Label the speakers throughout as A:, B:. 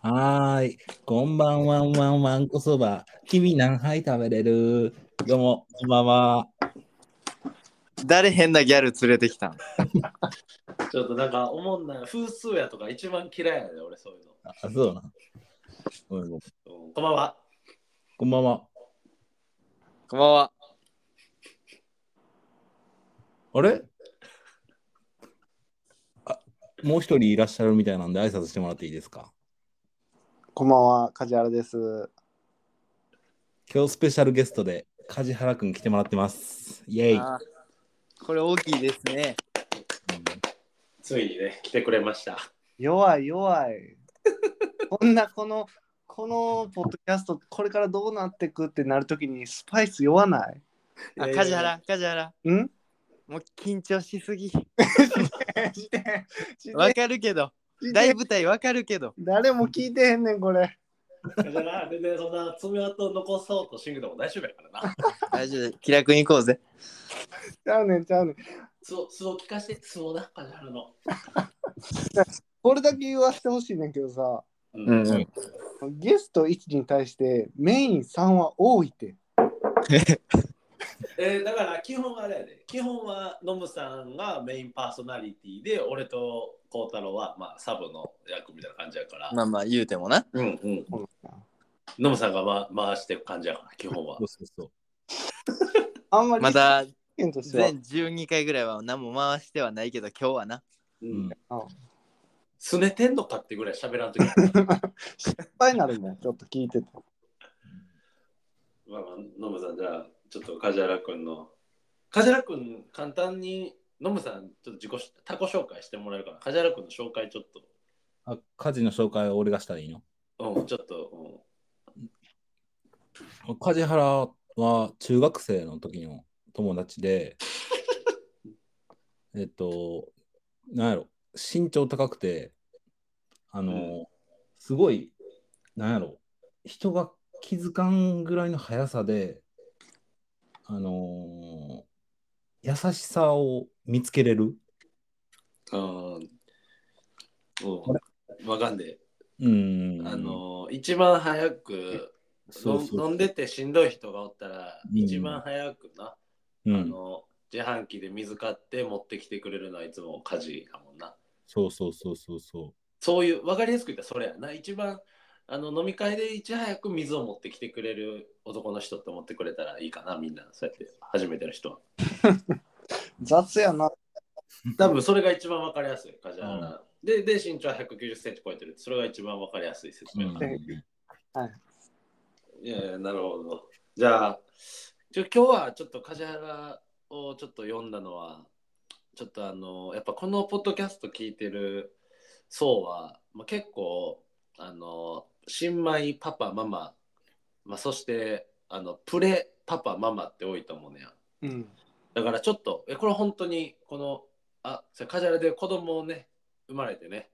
A: はーい。こんばんはんわんわんこそば。君何杯食べれるどうも、こんばんは。
B: 誰変なギャル連れてきたん
C: ちょっとなんか、おもんない。風数やとか一番嫌いやで、俺そういうの。
A: あ、そうな。ごめんごめん
C: うんこんばんは。
A: こんばんは。
B: こんばんは。
A: あれあもう一人いらっしゃるみたいなんで挨拶してもらっていいですか
D: こんばんは、梶原です。
A: 今日スペシャルゲストで梶原くん来てもらってます。イェイ。
B: あーこれ大きいですね。
C: ついにね、来てくれました。
D: 弱い弱い。こんなこのこのポッドキャストこれからどうなってくってなるときにスパイス弱ない。
B: あ、
C: えー
B: 梶原、梶原。
D: ん？
B: もう緊張しすぎ。
D: してして
B: わかるけど。大舞台わかるけど。
D: 誰も聞いてへんねんこれ。
C: だから、全然そんな爪痕残そうとしてるのも大丈夫やからな。
B: 大丈夫。気楽に行こうぜ。
D: ちゃうねんちゃうねん。
C: 素を素を聞かせて、素をな、梶原の。
D: これだけ言わせてほしいねんけどさ、
C: う
B: うんうん
D: ゲスト1に対してメイン3は多いって。
C: えーだから、基本はあれやで。基本は、ノムさんがメインパーソナリティで、俺と孝太郎は、まあ、サブの役みたいな感じやから。
B: まあまあ言うてもな。
C: うんうん。ノムさんが、ま、回していく感じやから、基本は
A: そう。そうそう。
D: あんまり
B: まだ
D: 意見としては
B: 全12回ぐらいは何も回してはないけど、今日はな。
C: うん
D: あ
C: すねてんのかってぐらい喋らんとき。
D: 失敗になるもんちょっと聞いてて。
C: まあまあ、ノムさん、じゃあ、ちょっと梶原君の。梶原君、簡単に、ノムさん、ちょっと自己し、他己紹介してもらえるから、梶原君の紹介ちょっ
A: あ、家事の紹介は俺がしたらいいの
C: と、うん、ちょっと、
A: 梶原は中学生の時の友達 で、えっと、なんやろ、身長高くて、あの、
C: うん
A: すごい、なんやろ、人が気づかんぐらいの速さで、あのー優しさを見つけれる。
C: うん、うん、うん、わかんで、
A: うん。
C: あ、のー、一番早く、
A: そうそう
C: の飲んでてしんどい人がおったら、
A: うん
C: 一番早くな、
A: う
C: あ
A: ん、
C: の、自販機で水買って持ってきてくれるのはいつも家事かもんな。
A: そうそうそうそうそう。
C: そういう分かりやすく言ったらそれやな一番あの飲み会でいち早く水を持ってきてくれる男の人って思ってくれたらいいかなみんなそうやって初めての人は
D: 雑やな。
C: 多分それが一番分かりやすい梶原、でで身長1 9 0センチ超えてるそれが一番分かりやすい説
A: う
C: 明、
A: ん
C: いやいやなるほどじゃあちょ今日はちょっと梶原をちょっと読んだのはちょっとあのやっぱこのポッドキャスト聞いてる層は、まあ、結構あの新米パパママ、まあ、そしてあのプレパパママって多いと思うねや
D: うん。
C: だからちょっとえこれ本当にこのあそれ梶原で子供をね生まれてね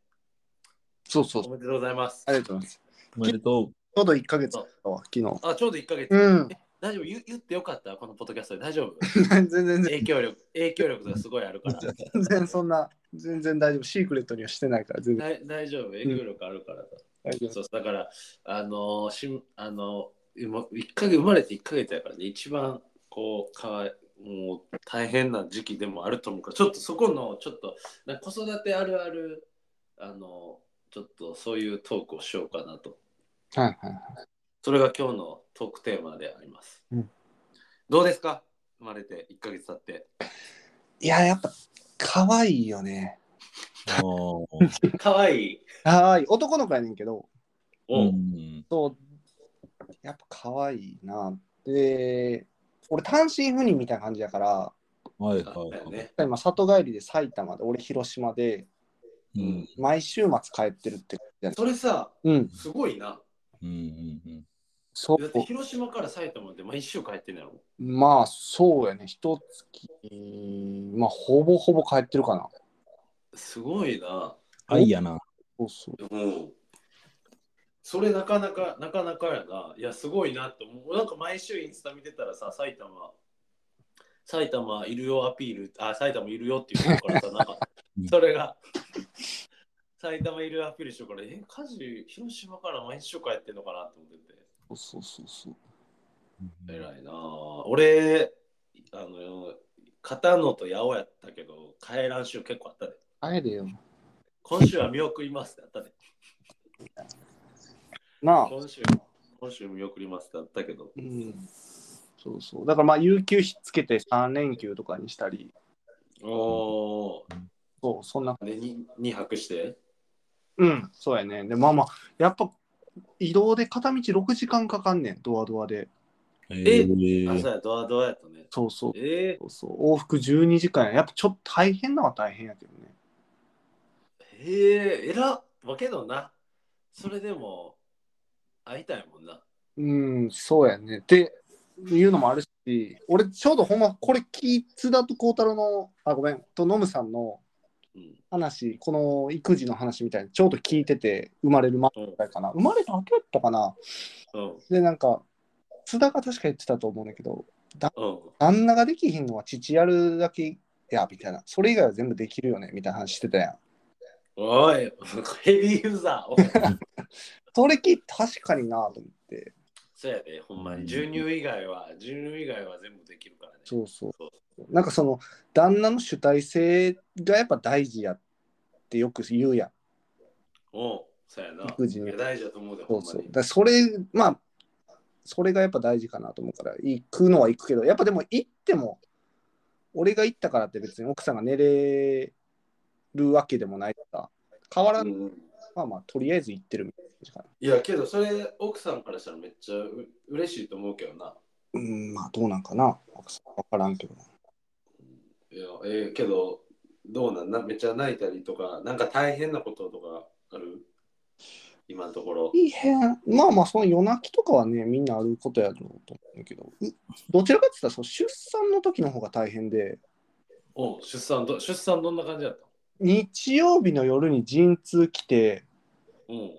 D: そうそう
C: おめでとうございます
D: ありがとうございます。
A: おめでと
D: ちょうど1ヶ月だったわ、昨日。
C: あちょうど1ヶ月、
D: うん。
C: 大丈夫言言ってよかったこのポッドキャストで大丈夫
D: 全然全然
C: 影響力影響力がすごいあるから
D: 全然そんな全然大丈夫シークレットにはしてないから全然
C: 大大丈夫影響力あるから、
D: 大丈夫
C: そうだからあのーしんあのー今一ヶ月生まれて1ヶ月やからね一番こうかわいもう大変な時期でもあると思うからちょっとそこのちょっとなんか子育てあるあるあのーちょっとそういうトークをしようかなと
D: はいはい
C: それが今日のトークテーマであります、
D: うん
C: どうですか生まれて1ヶ月経って
D: いややっぱ可愛いよね
A: う。おー
C: 可愛い
D: 可愛い男の子やねんけど
C: お
A: う
C: う、
A: ん
D: そうやっぱ可愛いなで俺単身赴任みたいな感じやから
A: はいは
C: あった
A: い
C: よ
A: はい。
C: ね
D: 今里帰りで埼玉で俺広島で
A: うん
D: 毎週末帰ってるって感じやね
C: それさ
D: うん
C: すごいな
A: うんうんうん。
D: そ
C: だって
D: う
C: 広島から埼玉で毎週帰ってんのやろ
D: まあそうやね一月まあほぼほぼ帰ってるかな
C: すごいな。
A: 愛やな。
D: そうそう
C: うん。それなかなか、なかなかやな。いや、すごいなって思う。なんか毎週インスタ見てたらさ、埼玉、埼玉いるよアピール、あ、埼玉いるよっていうとこからさ、なんか、それが、埼玉いるアピールしようから、え、家事、広島から毎日紹介やってんのかなと思ってて。
D: そうそうそうそう。
C: 偉いなぁ俺、あの、片野と八尾やったけど、帰らん週結構あったで。
D: 帰れよ。
C: 今週は見送りますってあったで。
D: なあ。
C: 今週、今週見送りますってあったけど。
D: うん。そうそう。だからまあ、有給ひっつけて3連休とかにしたり、
C: おー。
D: そう、そんな。
C: で、に2泊して。
D: うん、そうやね。で、まあまあ、やっぱ移動で片道6時間かかんねん、ドアドアで。
A: え
C: あ、そうや、ドアドアやったね。
D: そうそう。
C: え
D: そうそう往復12時間や。やっぱちょっと大変なは大変やけどね。
C: ー、えー、偉っ。わけどな。それでも、会いたいもんな。
D: うん、そうやね。っていうのもあるし、俺ちょうどほんま、これ、キ津田と孝太郎の、あ、ごめん、とノムさんの
C: うん。
D: 話、この育児の話みたいにちょうど聞いてて、生まれる前
C: うん
D: ぐ。らいかな。生まれた後やったかな。
C: うん。
D: で、なんか、津田が確か言ってたと思うんだけど、
C: うん。
D: 旦那ができひんのは父やるだけや、みたいな。それ以外は全部できるよね、みたいな話してたやん。
C: おい、ヘビーユーザー。おい
D: それ聞いて確かになと思って。
C: そうやで、ほんまに。授乳以外は、授乳以外は全部できるからね。
D: そうそうなんかその旦那の主体性がやっぱ大事やってよく言うやん。
C: おう、そうやな。
D: 育児
C: い
D: に
C: や大事だと思うで、
D: そ
C: ほ
D: うん
C: ま
D: そう。だ
C: に。
D: からそれ、まあ、それがやっぱ大事かなと思うから、行くのは行くけど、やっぱでも行っても、俺が行ったからって別に奥さんが寝れるわけでもないから、変わらん、
C: うん
D: まあまあ、とりあえず行ってるみたいな感じかな。
C: いや、けど、それ、奥さんからしたらめっちゃう嬉しいと思うけどな。
D: うん、まあどうなんかな。奥さんわからんけど。
C: いや、ええけど、どうなんなめっちゃ泣いたりとか、なんか大変なこととかある今のところ。
D: いい変。まあまあ、その夜泣きとかはね、みんなあることやろうと思うけど、うどちらかって言ったら、その出産の時の方が大変で、
C: おう出産ど、出産どんな感じだった
D: 日曜日の夜に陣痛来て、
C: うん。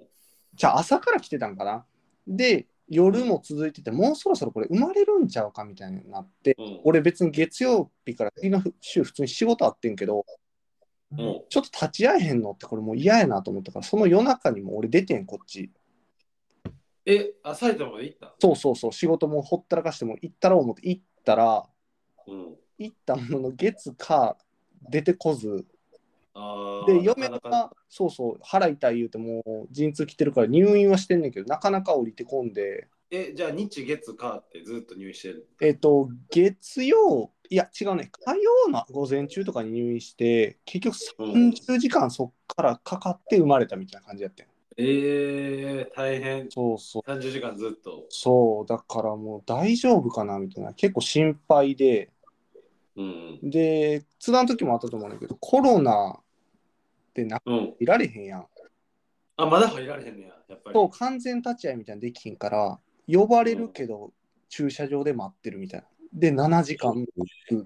D: じゃあ朝から来てたんかな。で、夜も続いてて、もうそろそろこれ生まれるんちゃうかみたいになって、
C: うん。
D: 俺別に月曜日から次の週普通に仕事あってんけど、
C: おう
D: ちょっと立ち会えへんのってこれもう嫌やなと思ったから、その夜中にも俺出てん、こっち。
C: え、あ、埼玉で行った
D: そうそうそう、仕事もほったらかしても行ったろう思って行ったら、
C: うん。
D: 行ったもの月か出てこず
C: あー
D: で
C: な
D: 嫁
C: かなか
D: がそうそう腹痛い言うてもう陣痛来てるから入院はしてんねんけどなかなか降りてこんで
C: え、じゃあ、日月火ってずっと入院してる。
D: えっ、と月曜いや違うね火曜の午前中とかに入院して結局
C: うん
D: 30時間そっからかかって生まれたみたいな感じやってん
C: えー、大変。
D: そうそう
C: 30時間ずっと。
D: そうだからもう大丈夫かなみたいな結構心配で
C: うん。
D: で津田の時もあったと思うんだけどコロナでな
C: うん。
D: いられへんやん
C: あ、まだ入られへんねや、やっぱり。
D: そう完全立ち会いみたいなのできひんから呼ばれるけど駐車場で待ってるみたいなで7時間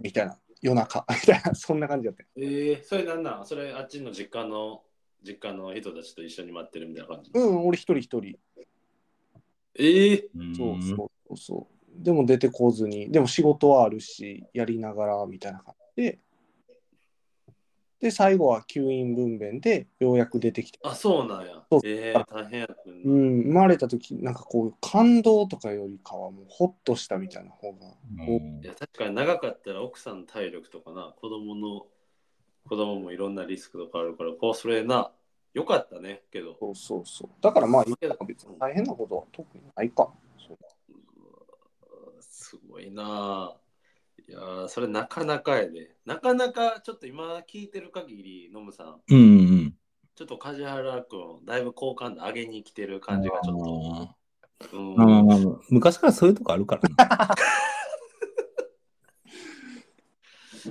D: みたいな夜中 みたいなそんな感じだったよ
C: ええそれなんなんそれあっちの実家の、実家の人たちと一緒に待ってるみたいな感じ。
D: うん俺一人一人
C: ええ
D: そうそうそうそうでも出てこずにでも仕事はあるしやりながらみたいな感じでで最後は吸引分娩でようやく出てきて
C: あ、そうなんや
D: そう。
C: ええ大変やったね
D: うん生まれた時なんかこう感動とかよりかはもうホッとしたみたいな方が
C: いや、確かに長かったら奥さんの体力とかな、子供の、子供もいろんなリスクとかあるから、こう、それな、よかったね、けど。
D: そうそうそうだからまあ今は別に大変なことは特にないかそう
C: すごいなあいやあそれなかなかやで。なかなか、ちょっと今聞いてる限り、ノムさん、
A: うんうん。
C: ちょっと梶原君、だいぶ好感度上げに来てる感じがちょっと。うん
A: あー昔からそういうとこあるからな。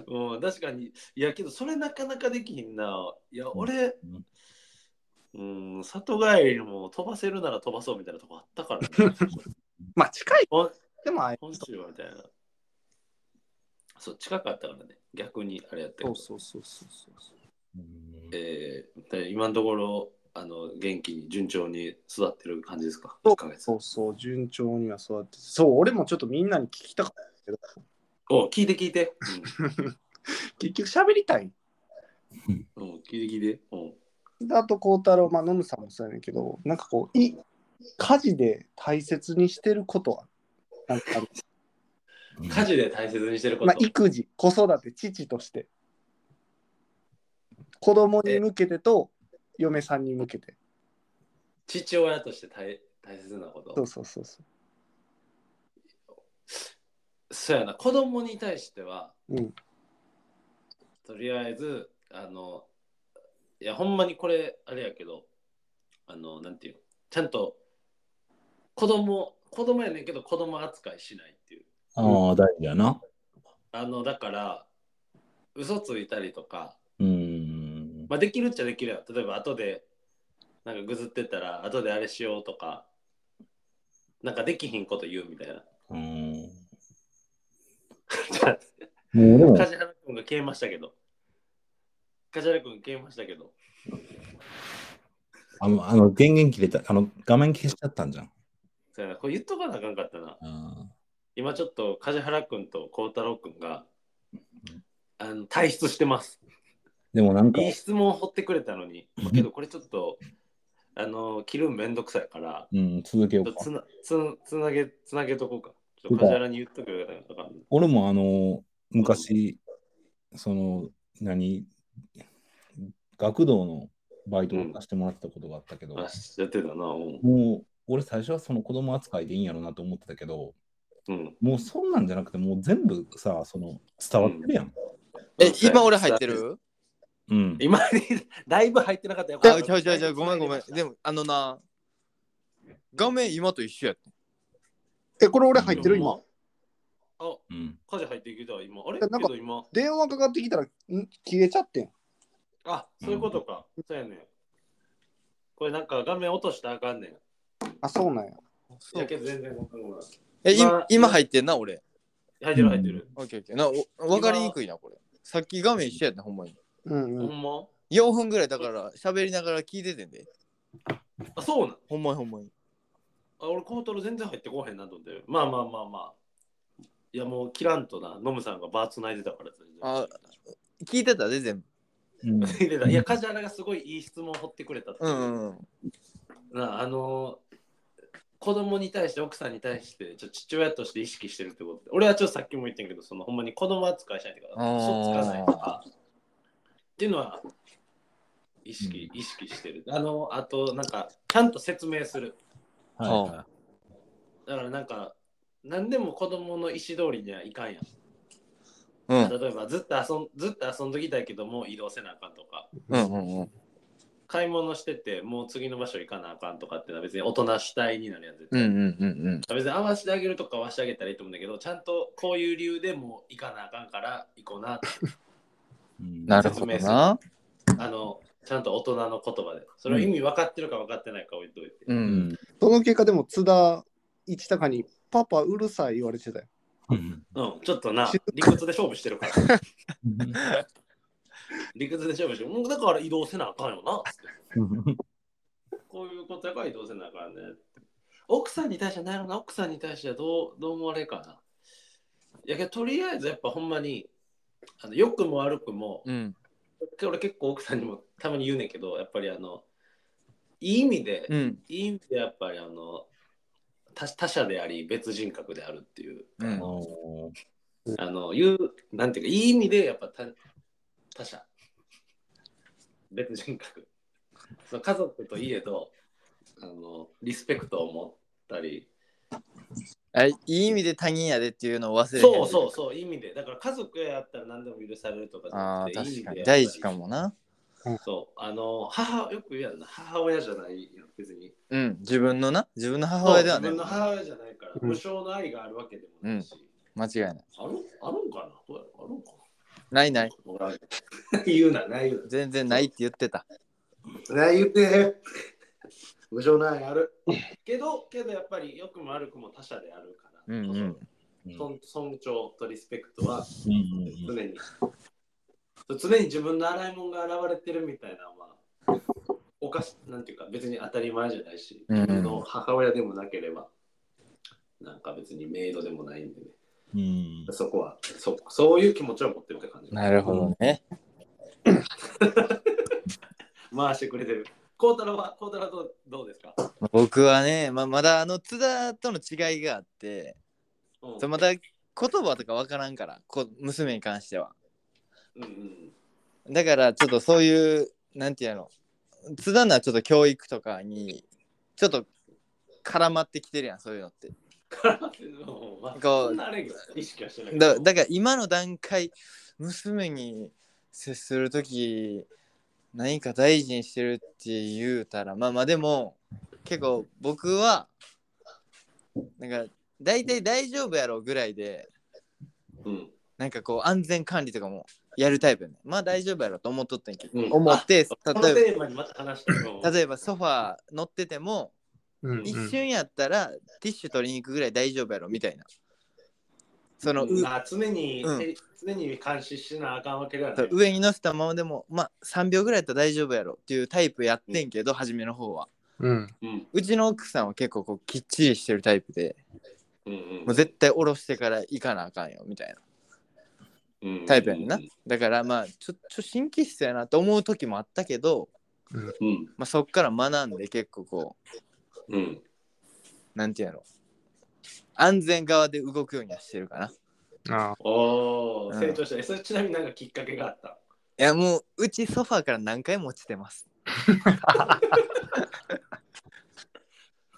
C: うん、確かに。いや、けど、それなかなかできひんな。いや、俺、うん、里帰りも飛ばせるなら飛ばそうみたいなとこあった からね。
D: まあ近い
C: ほん
D: でもあれ
C: 本州はみたいな。そう、近かったからね。逆にあれやったけ
D: そ
C: ど
D: う。そうそうそうそう
C: えーで今のところ、あの、元気に順調に育ってる感じですか。
D: そう
C: 1ヶ月
D: そうそう順調には育っててそう俺もちょっとみんなに聞きたかったけど
C: お聞いて聞いて。
D: 結局喋りたい
C: うん、うん、聞いて聞いて。うん
D: だ田と孝太郎、まあ、ノムさんもそうやねんけど、なんかこう、い家事で大切にしてることは、なんかある
C: 家事で大切にしてること、
D: まあ、育児、子育て、父として。子供に向けてと、嫁さんに向けて。
C: 父親として大大切なこと
D: そうそうそうそ
C: そうやな子供に対しては、
D: うん
C: とりあえずあのいやほんまにこれあれやけどあのなんていうのちゃんと子供子供やねんけど子供扱いしないっていう
A: ああ、大事やな。
C: あのだから嘘ついたりとか、
A: うーん。
C: まあ、できるっちゃできるやん例えば後でなんかぐずってたら後であれしようとかなんかできひんこと言うみたいな
A: うーん
C: ちょっと
A: もうでも、
C: 梶原君が消えましたけど。梶原君消えましたけど。
A: あの、あの電源切れた、あの、画面消しちゃったんじゃん。
C: そやなこれ言っとかなあかんかったな。
A: あ
C: 今ちょっと梶原君と孝太郎君があの退出してます。
A: ーでもなんか、
C: いい質問を掘ってくれたのに。けどこれちょっと、あの、切るんめんどくさいから、
A: うん、続けよ
C: ちょ
A: う
C: っと
A: か
C: つ。なつつなげ、つなげとこうか。ちょっと梶原に言っとくよかったから。
A: 俺もあの、昔、その、何、学童のバイトをさせてもらってたことがあったけど、
C: あ、やってたな。うん。
A: もう、俺最初はその子供扱いでいいんやろなと思ってたけど、
C: うん、
A: もうそんなんじゃなくて、もう全部さ、その、伝わってるやん。
B: え、今俺入ってる
A: うん。
C: 今に だいぶ入ってなかったよ。
B: あ、ちゃうちゃうちゃう、ごめんごめん。でも、あのな、画面今と一緒やった。
D: う。え、これ俺入ってる
A: うん
D: 今。。
C: あ、
A: うん。
C: 火事入ってきた今。あれ
D: なんか
C: けど今。
D: 電話かかってきたら、ん消えちゃってん。
C: あ、そういうことか。そうやねん。これなんか画面落としたらあかんねん。
D: あ、そうなんや。
C: いやけど全然わかんない
B: え、い
C: まあ
B: 今入ってんな、俺。
C: 入ってる入ってる。
B: オッケーオッケー。な、おわかりにくいな、これ。さっき画面一緒やった、ほんまに。
D: うんう
C: ほ
D: ん。
C: んま
B: 4分ぐらいだから、喋りながら聞いててんで。
C: あ、そうなん。
B: ほんまにほんまに。
C: あ、俺コートル全然入ってこうへんなと思って。まあまあまあまあ。いやもう切らんとな。ノムさんがバーツ泣いてたから全然。
B: あ聞いてたで、全
A: う
B: 部。
A: ん
C: 泣いてたいや、カジャラがすごいいい質問を掘ってくれたって
B: う
C: い
B: んうんうん。
C: なあのー子供に対して奥さんに対してちょ父親として意識してるってことで俺はちょっとさっきも言ってんけどそのほんまに子供扱いしないとか
B: あー
C: 嘘つかないとかっていうのは意識意識してるあのあとなんかちゃんと説明する
A: は
C: だからなんか何でも子供の意思通りにはいかんやん
B: うん
C: 例えばずっと遊んずっと遊んどきたいけどもう移動せなあかんとか
B: うんうんうん。
C: 買い物しててもう次の場所行かなあかんとかっていうのは別に大人主体になるやん絶
B: う
C: 対
B: んうんうん
C: 別に合わせてあげるとか合わせてあげたらいいと思うんだけどちゃんとこういう理由でもう行かなあかんから行こうなって
A: い。うん
B: なるほどな。
C: あのちゃんと大人の言葉でそれを意味分かってるか分かってないか置いといて、
B: う。
A: うんん。
D: その結果でも、津田一鷹に、パパうるさい言われてたよ。
A: うん
C: うんちょっとな理屈で勝負してるから 理屈で勝負してるもうだから移動せなあかんよなつってこういうことやから移動せなあかんね奥さんに対してはなんやろな奥さんに対してはどうどう思われるかないやけどとりあえずやっぱほんまにあの良くも悪くも、
B: うん。
C: 俺結構奥さんにもたまに言うねんけどやっぱりあのいい意味で、
B: うん。
C: いい意味でやっぱりあの他他者であり別人格であるっていう
B: う
A: あ
B: ん。
A: の
C: あのいうなんていうかいい意味でやっぱ他他者別人格 その家族といえどあのリスペクトを持ったり
B: あいい意味で他人やでっていうのを忘れへん
C: そうそうそういい意味でだから家族やったら何でも許されるとかじゃ
B: あ
C: な
B: あ
C: くてい
B: 確
C: い意
B: かに
C: 味でやっぱり
B: 大事かもな
C: そうあの母よく言うやんな母親じゃないよ別に
B: うん自分のな自分の母親ではね
C: そう自分の母親じゃないから、
D: うん
C: 無償の愛があるわけでもないし。
B: 間違いない
C: あるあるんかなどうやろあるんか
B: ないない
C: なわからん 言うな、ない言う
B: 全然ないって言ってた
C: な。ない言ってね。無償の愛ある。けど、けどやっぱりよくも悪くも他者であるから。
B: うんうん
C: 尊尊重とリスペクトは
A: うんうん
C: 常に、常に自分の洗い物が現れてるみたいなのは、おかし、なんていうか別に当たり前じゃないし、
B: うん
C: 自分の母親でもなければ、なんか別にメイドでもないんでね。
A: うん
C: そこは、そそういう気持ちを持ってるって感じ。
B: なるほどね
C: 回してくれてる。孝太郎は、孝太郎どうどうですか
B: 僕はね、まあ、まだあの津田との違いがあって、
C: うん
B: そうまだ言葉とかわからんからこ娘に関しては
C: うんうん
B: だからちょっとそういうなんていうの津田のはちょっと教育とかにちょっと絡まってきてるやんそういうのって
C: うんまあ
B: こう
C: そんなあれやけど意識はしてないけど
B: だだから今の段階娘に接する時何か大事にしてるって言うたらまあまあでも結構僕はなんか大体大丈夫やろぐらいで
C: うん
B: なんかこう安全管理とかもやるタイプやねまあ大丈夫やろと思っとったんやけど、
C: うん
B: 思って
C: この
B: 例え
C: テーマにまた話してる
B: ば例えばソファー乗ってても
D: うん
B: 一瞬やったらティッシュ取りに行くぐらい大丈夫やろみたいなその、う
C: うんあ常に、
B: うん
C: え常に監視しなあかんわけではな
B: そ。
C: いう
B: 上に乗せたままでもまあ3秒ぐらいやったら大丈夫やろっていうタイプやってんけど、初めの方は
D: うん。
C: うん
B: うちの奥さんは結構こうきっちりしてるタイプで
C: うんうん
B: もう絶対下ろしてから行かなあかんよみたいな
C: うん
B: タイプやねんな、
C: うん
B: だからまあちょちょ神経質やなと思う時もあったけど、
C: うん
B: まあ、そっから学んで結構こ
C: うん
B: うなんていうの安全側で動くようにはしてるかない
D: あ
C: おー
B: うん
C: 成長したねそれちなみになんかきっかけがあった
B: やもううちソファーから何回も落ちてます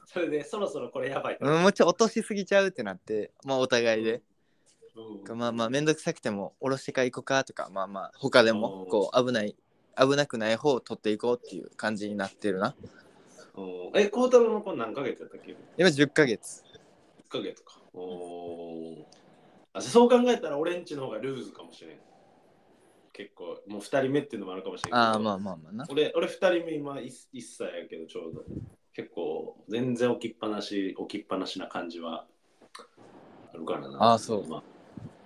C: それでそろそろこれやばいと、
B: うんもうちょい落としすぎちゃうってなってまあお互いで
C: うん
B: まあまあ面倒くさくてもおろしてから行こうかとかまあまあ他でもこう危ない危なくない方を取っていこうっていう感じになってるな
C: おーえ孝太郎の子何ヶ月やったっけ
B: 今10ヶ月
C: 1ヶ月かおーあそう考えたら俺んちの方がルーズかもしれん結構もう2人目っていうのもあるかもしれんけど
B: ああまあまあまあな
C: 俺俺2人目今 1, 一歳やけどちょうど結構全然置きっぱなし置きっぱなしな感じはあるからな
B: あーそう
C: まあ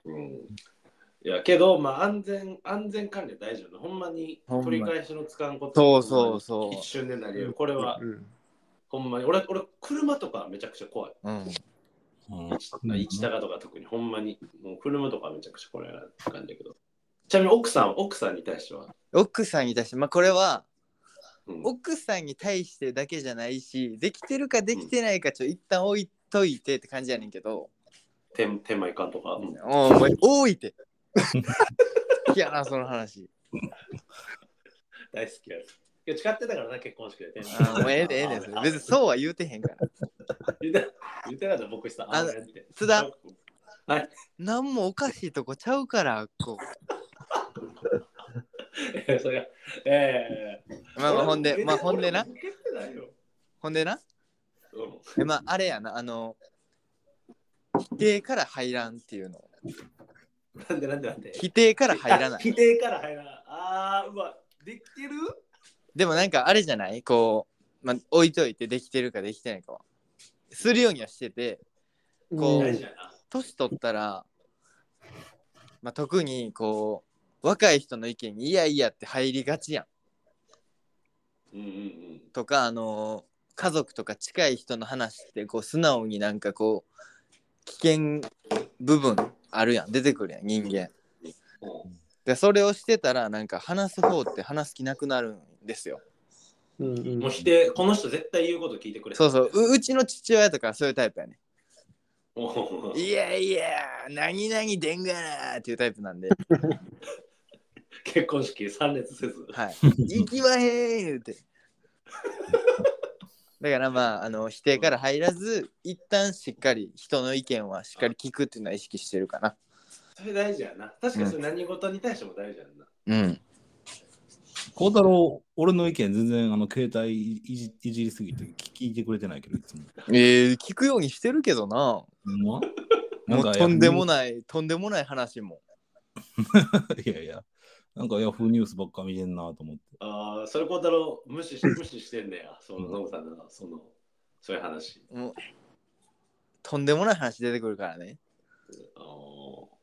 C: うんいやけど、まあ、安全安全管理は大丈夫ほんまに
B: ほんま
C: 取り返しのつかんこと
B: そうそうそう
C: 一瞬でなりよこれ
D: あ
C: は。ほんまに俺俺車とかめちゃくちゃ怖い
B: う
A: う
B: ん
A: ん
C: 一高とか特にほんまにもう車とかめちゃくちゃ怖いなって感じだけどちなみに奥さん奥さんに対しては、
B: 奥さんに対してまあこれは
C: うん
B: 奥さんに対してだけじゃないしできてるかできてないかちょ一旦置いといてって感じやねんけど
C: 手手間いかんとか、うん
B: おお前多い ていやなその話
C: 大好きやつ。いや、誓ってたからな、結婚式で。
B: あーもうええでええでそれ別にそうは言うてへんから
C: 言って言ってなかった、僕した。
B: あの
C: あのって
B: 津田。
C: はい。
B: 何もおかしいとこちゃうからこう
C: それが、ええ
B: まあまあほんでまあほんでな。
C: 俺も受けてないよ
B: ほんでな
C: うん
B: えまああれやなあの否定から入らんっていうの
C: なんでなんでなん で。
B: 否定から入ら
C: あ
B: ない
C: 否定から入らない。あー、うわ、できてる
B: でもなんかあれじゃないこう、まあ、置いといてできてるかできてないかはするようにはしててこう
C: 大事やな。
B: 年取ったら、まあ、特にこう若い人の意見に「いやいや」って入りがちやん
C: うんうんうん。
B: とかあの家族とか近い人の話ってこう素直になんかこう危険部分あるやん出てくるやん人間
C: うん
B: でそれをしてたらなんか話す方って話す気なくなるんですよ
D: うんうん
C: もう否定、この人絶対言うこと聞いてくれ。
B: そうそうううちの父親とかそういうタイプやね
C: おー
B: いやいや何々でんがなっていうタイプなんで、
C: 結婚式参列せず。
B: はい、行きまへん言うてだからまああの否定から入らず一旦しっかり人の意見はしっかり聞くっていうのは意識してるかな
C: それ大事やな。確かにそれ何事に対しても大事やんな。
B: うん
A: 孝太郎、俺の意見全然あの携帯いじいじりすぎて聞いてくれてないけど、いつも。
B: えー、聞くようにしてるけどな
A: ほん ま
B: もうとんでも
A: な
B: ないとんでもない話も
A: い。いやいや、なんかヤフーニュースばっか見てんなと思って。
C: ああ、それ孝太郎無視 し無視してんねや、そのノブさんのそのそういう話。
B: もうとんでもない話出てくるからね
C: あー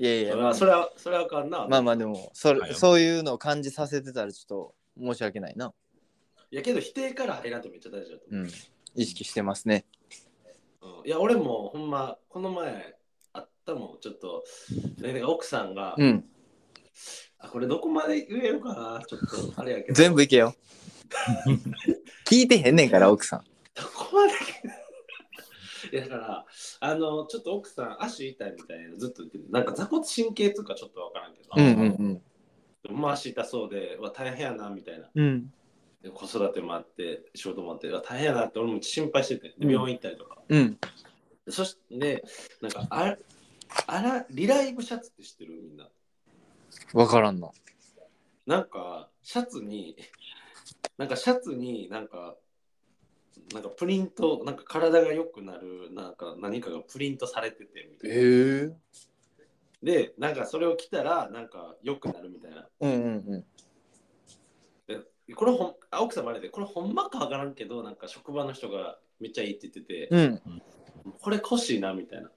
B: いやい
C: そ
B: や
C: れはそれはそれはあかんな。
B: まあまあでもそれ、
A: はい
B: そういうのを感じさせてたらちょっと申し訳ないな、
C: いやけど否定から入らんとめっちゃ大事だと
B: う
C: 思
B: ん、意識してますね
C: う。うんいや俺もほんまこの前あったもんちょっと、ね、奥さんが、
B: うん
C: あこれどこまで言えるかなちょっとあれやけど。
B: 全
C: 部
B: 部いけよ。聞いてへんねんから、奥さん。
C: どこまで いやだからあのちょっと奥さん足痛いみたいなずっと言っててなんか座骨神経痛かちょっとわからんけど、
B: うんうん
C: でもまあ足痛そうでうわ大変やなみたいな
B: うん。うん
C: で子育てもあって仕事もあってうわ大変やなって俺も心配してて
D: うん
C: で病院行ったりとか、
B: うん。
C: でそしてなんかああらリライブシャツって知ってるみんな
B: わからんの。
C: なんかシャツになんかシャツになんかなんかプリントなんか体が良くなるなんか何かがプリントされててみたいな
B: え。
C: でなんかそれを着たらなんか良くなるみたいな
B: うんうん
C: でこれほんあ奥さんもあれでこれほんまかわからんけどなんか職場の人がめっちゃいいって言ってて、
B: うん。うん。
C: これ欲しいなみたいな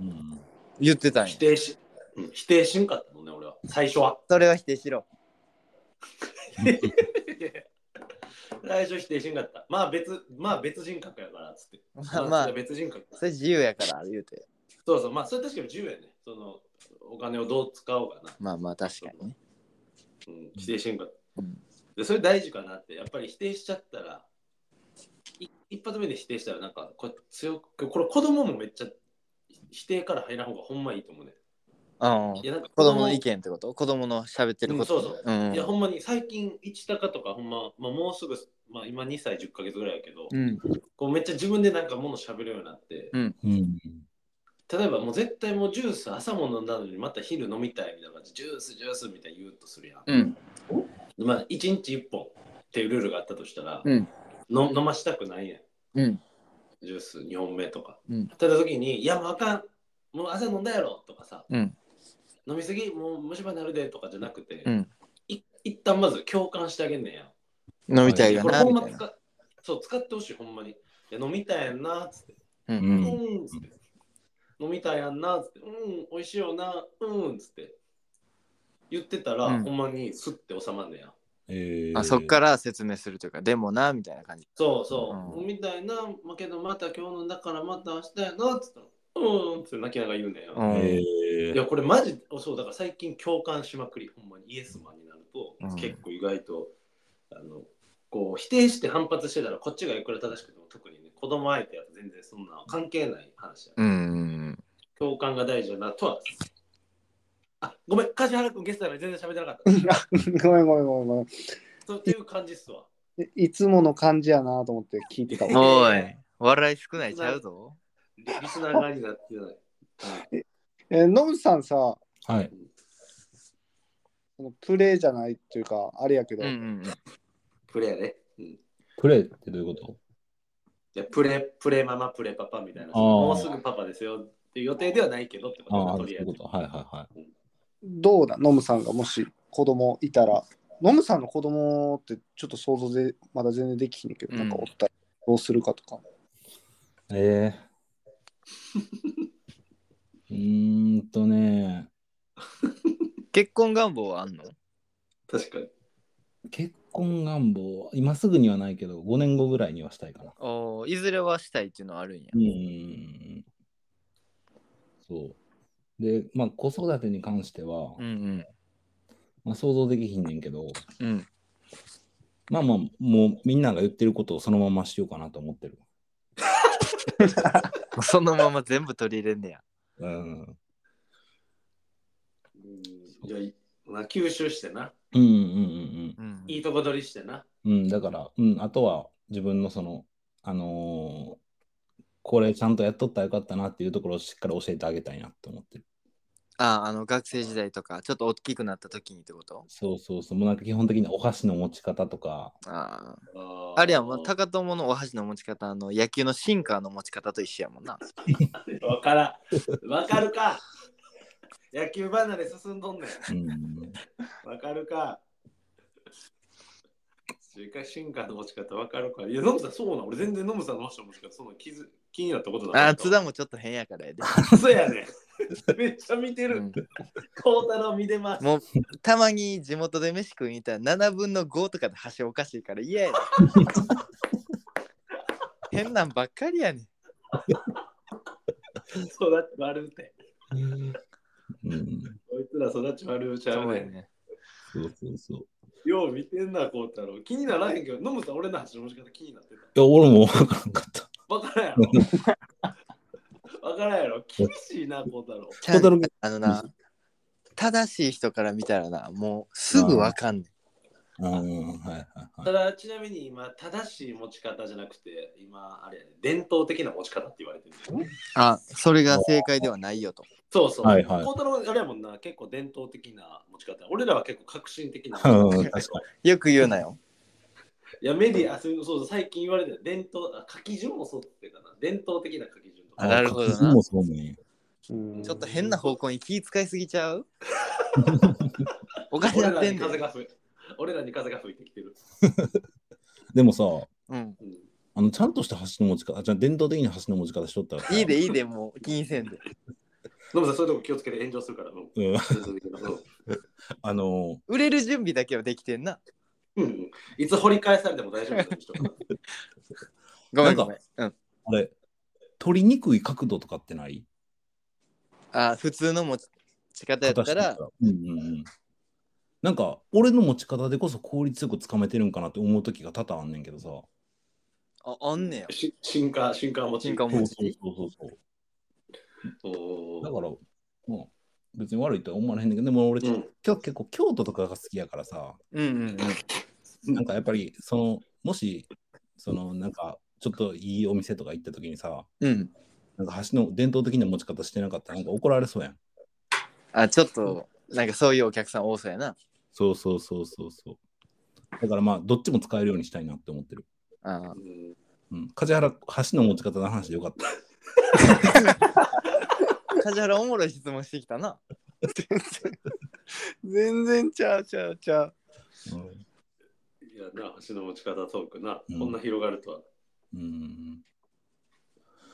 A: うん
B: 言ってたんや
C: 否。定し、うん否定しんかったもんね俺は最初は
B: それは否定しろ。
C: 最初否定しんかったまあ別まあ別人格やからっつって
B: まあまあ、
C: 別人格
B: それ自由やから、言うて。
C: そうそうまあそれ確かに自由やねそのお金をどう使おうかな、
B: まあまあ、確かにね。
C: うん、否定しんかった
B: うん
C: でそれ大事かなってやっぱり否定しちゃったらい一発目で否定したらなんかこれ強くこれ子供もめっちゃ否定から入らん方がほんまいいと思うね
B: うん。
C: いやなんか
B: 子供の意見ってこと子供の喋ってること。
C: うんそうそう
B: うん
C: いやほんまに最近一高とかほんま、まあ、もうすぐ、まあ、今2歳10ヶ月ぐらいやけど、
B: うん。
C: こうめっちゃ自分でなんか物喋るようになって、
A: うん
C: 例えばもう絶対もうジュース朝も飲んだのにまた昼飲みたいみたいな感じジュースジュースみたいに言うとするやん、
B: うん。
C: まあ1日1本っていうルールがあったとしたら、
B: うん
C: の飲ましたくないやん
B: うん。
C: ジュース2本目とか、
B: うん
C: ただ時に「いやもうあかんもう朝飲んだやろ」とかさ、
B: うん
C: 飲みすぎもう虫歯になるで」とかじゃなくて、
B: うん
C: い一旦まず共感してあげんねんやん
B: 飲みたい
C: いや
B: よ
C: これ
B: な、
C: ほん
B: みた
C: ま
B: いな。
C: 使っそう使ってほしいほんまにいや飲みたいやんなっつって、
B: う。
A: うんん
C: うんっつって飲みたいやんなっつってうん美味しいよなうんっつって言ってたら、
B: うん
C: ほんまにスッて収まんねや
A: えー
B: あそっから説明するというか、でもな、みたいな感じ。
C: そうそ
B: う
C: う、
B: ん
C: 飲みたいなまあけどまた今日のだからまた明日やなっつったらうんっつって泣きながら言うねんや、
B: うん
A: えー
C: いやこれマジそうだから最近共感しまくりほんまにイエスマンになると、
B: うん
C: 結構意外とあのこう否定して反発してたらこっちがいくら正しくても特にね子供相手やと全然そんな関係ない話や、
B: うん。
C: 共感が大事だなとはあごめん梶原君ゲストやから全然喋ってなかっ
D: ごめんごめんごめんごめん
C: たそうっていう感じっすわ
D: えいつもの感じやなと思って聞いてたわ。
B: おい、笑い少ないちゃうぞ。
C: リリスナー側になってない
D: えーノブさんさ、
A: はい。
D: そのプレイじゃないっていうか、あれやけど、
B: うんうんうん。
C: プレーね、うん、い
A: プレイってどういうこ
C: やプレプレママプレパパみたいな
A: あー
C: もうすぐパパですよっていう予定ではないけどってこと
A: と
C: ね
A: ああ、
C: と
A: そう
C: り
A: い
C: あえ
A: う
C: ず
A: こと。はいはいはい。
D: どうだ、ノムさんがもし子供いたら、ノムさんの子供ってちょっと想像でまだ全然できひんねんけど、
B: うん
D: なんかおったらどうするかとか。
A: ええうー んとね、
B: 結婚願望はあんの
C: 確かに
A: 結婚願望、今すぐにはないけど、5年後ぐらいにはしたいかな。
B: おーいずれはしたいっていうのはあるんや
A: う。ん。そう。で、まあ、子育てに関しては、
B: うん
A: まあ、想像できひんねんけど、
B: うん。うん。
A: まあまあ、もうみんなが言ってることをそのまましようかなと思ってる。
B: そのまま全部取り入れんねや。
A: うん。
C: うんいやいまあ吸収してな
A: うんうんうん
B: うん
C: いいとこ取りしてな。
A: うん。うん、だから、うん、あとは自分のその、あのーこれちゃんとやっとったらよかったなっていうところをしっかり教えてあげたいなと思ってる。
B: ああ、の学生時代とか、ちょっと大きくなった時にってこと
A: そうそうそう。もうなんか基本的にお箸の持ち方とか、
B: あ
C: あ
B: あ。あれやもん、高友のお箸の持ち方、あの野球のシンカーの持ち方と一緒やもんな。
C: わからん。わかるか。野球離れ進んどんね
A: うん、
C: ん。わかるか。追加進化の持ち方わかるか。いや、ノムさん、そうなん。俺全然ノムさんの持ち方、そんな気づ気になったことない。
B: ああ、津田もちょっと変やからやで。
C: そうやね ん。めっちゃ見て
B: う
C: る
B: ん。
C: 孝太郎見てます。
B: もうたまに地元で飯食いに行ったら7分の5とかで箸おかしいから嫌や ねん変なんばっかりやねん。
C: そうだって悪くて。
A: うん、
C: こいつつら育ち悪うちゃうねん。
B: ね。
A: そうそうそう。い
C: よう見てんな、こうたろう。気にならへんけど、ノムさん、俺の走りの仕方気になってた。
A: や、俺も分からんかった。
C: わからん やろ。わからんやろ。厳しいな、こうたろう。
A: 小太郎
B: あのな、正しい人から見たらな、もうすぐわかんね
A: うん、はいはいはい。
C: ただ、ちなみに今、正しい持ち方じゃなくて、今、あれやね、伝統的な持ち方って言われてるんだよね。
B: ん。あ、それが正解ではないよと。
C: そうそう。
A: はいはい
C: コウタロウあれやもんな、結構伝統的な持ち方。俺らは結構革新的な。
A: うん確 かに
B: よく言うなよ。
C: いや、メディア、そうそうそう、最近言われてる伝統、あ書き順もそうってかな。伝統的な書き順と
B: あ
C: か。
B: なるほどな
A: 確実もそうなんや
D: うん
B: ちょっと変な方向に気使いすぎちゃ うお金
C: 俺
B: やっ
C: ら
B: て
C: に
B: ん
C: 風
B: の
C: が吹い俺らに風が吹いてきてる。
A: でもさ、
B: うん。
C: うん
A: あのちゃんとした橋の持ち方、あじゃあ伝統的な橋の持ち方しとったらさ
B: いいでいいで、もう気にせんで。
C: ノムさん、そういうとこ気をつけて炎上するから。うん
A: うん、
C: 伝統的なうん
A: あの
B: 売れる準備だけはできてんな。
C: うんいつ掘り返されても大丈夫な 人かな
B: ごめん
A: なん
B: ご
A: か
B: めん。うん。
A: あれ、取りにくい角度とかってない
B: あ、普通の持ち方や
A: 形
B: った
A: と
B: ら
A: か、うんうんうん。なんか、俺の持ち方でこそ効率よくつかめてるんかなって思う時が多々あんねんけどさ。
B: ああんねや。
C: し進化、進化持ち。
B: 進化
A: そう
B: 持
A: そう
B: ち。
A: そうそう。
C: お
A: だ
C: ー
A: から、まあ、別に悪いとは思われへんねんけど、でも俺、
C: う
A: 今
C: ん
A: 日結構京都とかが好きやからさ、
B: うんうんうん。
A: なんかやっぱり、その、もし、その、なんか、ちょっといいお店とか行った時にさ、
B: うん。
A: なんか橋の伝統的な持ち方してなかったら、なんか怒られそうやん。
B: あ、ちょっと、なんかそういうお客さん多そうやな。
A: そうそうそうそうそう。だからまあ、どっちも使えるようにしたいなって思ってる。
B: あ
C: うん
A: うん。梶原、橋の持ち方の話でよかった。
B: 梶原おもろい質問してきたな。
D: 全然ちゃうちゃうちゃう。
A: うん
C: いやな、橋の持ち方トークな、
A: うん
C: こんな広がるとは。
A: うん。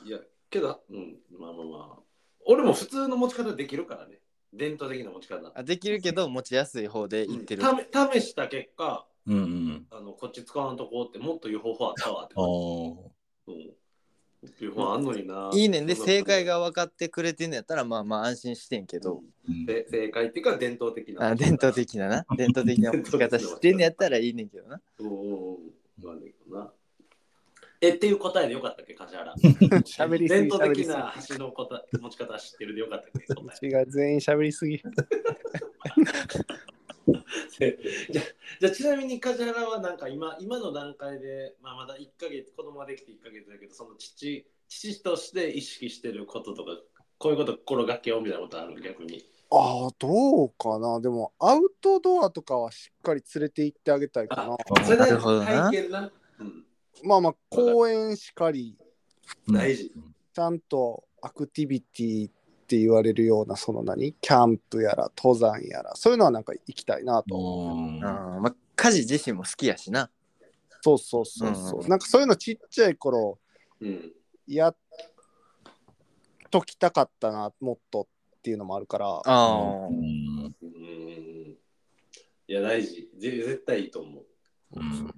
C: いや、けど、うん、まあまあまあ。俺も普通の持ち方できるからね。伝統的な持ち方。
B: あできるけど、持ちやすい方で
C: う
B: 言っ
C: ん
B: てる。
C: た試した結果、
A: うんうん。
C: あのこっち使わんとこってもっという方法あったわって
A: あ。あ。
C: うん。いう方法あんのにな。
B: いいねんで、正解
C: が。
B: が分かってくれてんのやったら、まあまあ安心してんけど。
A: うん
C: で正解っていうか伝統的な。
B: あ伝統。的なな。伝統的な持ち方してんのやったらいいねんけどな。
C: おお。なんだけどな。えっていう答えでよかったっけ、梶 原。
D: 喋りすぎ
C: 伝統的
D: 喋
C: な橋の答え持ち方知ってるでよかったっけ、答え
D: 違う、全員喋りすぎ。
C: でじゃじゃあちなみに梶原はなんか今今の段階で、まあ、まだ1ヶ月子供ができて1ヶ月だけどその父父として意識してることとかこういうこと心がけようみたいなことある逆に
D: ああ、どうかな。でも、アウトドアとかはしっかり連れて行ってあげたいかな。
C: それ
B: なるほどな
C: 体験な、うん、
D: まあまあ、公園しかり、
C: 大事。
D: ちゃんとアクティビティって言われるような、その何キャンプやら、登山やら、そういうのはなんか行きたいなと。
A: うん
B: うん、まあ、家事自身も好きやしな。
D: そうそうそうそう。
B: うん
D: なんかそういうのちっちゃい頃、
C: うん
D: やっときたかったな、もっとっていうのもあるから。
B: あ
A: う、ん
C: うーんいや大事ぜ絶対いいと思
A: うん
C: う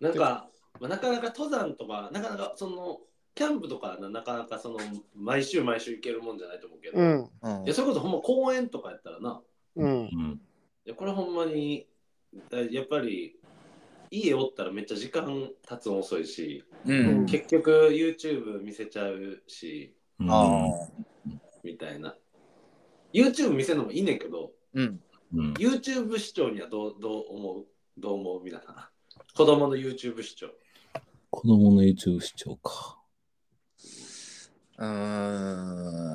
C: なんか、まあ、なかなか登山とかなかなかそのキャンプとかはななかなかその毎週毎週行けるもんじゃないと思うけど、
D: うん。
B: うん
C: いやそれこそほんま公園とかやったらな
D: うん。
A: うん
C: いやこれほんまにだやっぱり家おったらめっちゃ時間経つの遅いし
B: うん。
C: 結局 YouTube 見せちゃうし
B: ああ。
C: みたいな YouTube 見せるのもいいねんけど
B: うん。
A: うん。
C: YouTube 視聴にはどうどう思うどう思う皆さん子供の YouTube 視聴
A: 子供の YouTube 視聴か。
B: うー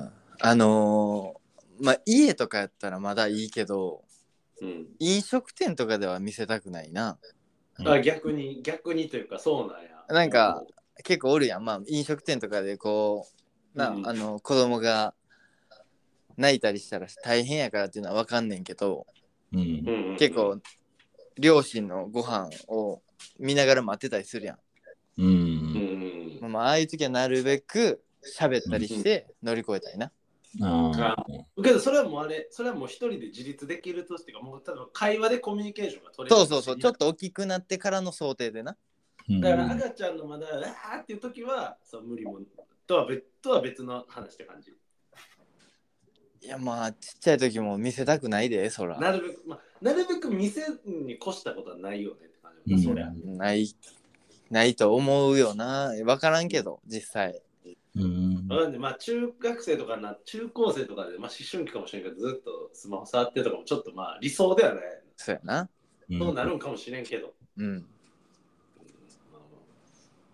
B: ん。あのーまあ、家とかやったらまだいいけど、
C: うん
B: 飲食店とかでは見せたくないな。
C: あ逆に逆にというかそうなんや
B: なんか結構おるやん。まあ、飲食店とかでこう、な、
C: うん
B: あの、子供が泣いたりしたら大変やからっていうのはわかんねんけど、
A: うん
C: う。んうん
B: 結構、両親のご飯を見ながら待ってたりするやん。
A: う
C: うん
A: ん。
C: うん
B: まあまあ、ああいう時はなるべく喋ったりして乗り越えたいな。
A: ああ。
C: けどそれはもうあれそれはもう一人で自立できるとしてかもう多分会話でコミュニケーションが取れ
B: そ
C: る
B: うそうそう、ちょっと大きくなってからの想定でな。
A: うん
C: だから赤ちゃんのまだうわーっていう時はそう無理もんとは別とは別の話って感じ。
B: いいやまあちっちゃい時も見せたくないでそら
C: なるべく、まあ、なるべく店に越したことはないよねって感じ、
A: うん
C: そりゃ。
B: ないないと思うよな分からんけど実際
A: うん
C: うんでまあ、中学生とかな、中高生とかで、まあ、思春期かもしれんけど、ずっとスマホ触ってとかも、ちょっとまあ理想ではない。
B: そうやな
C: そうなるんかもしれんけど。
B: うん
C: まあまあ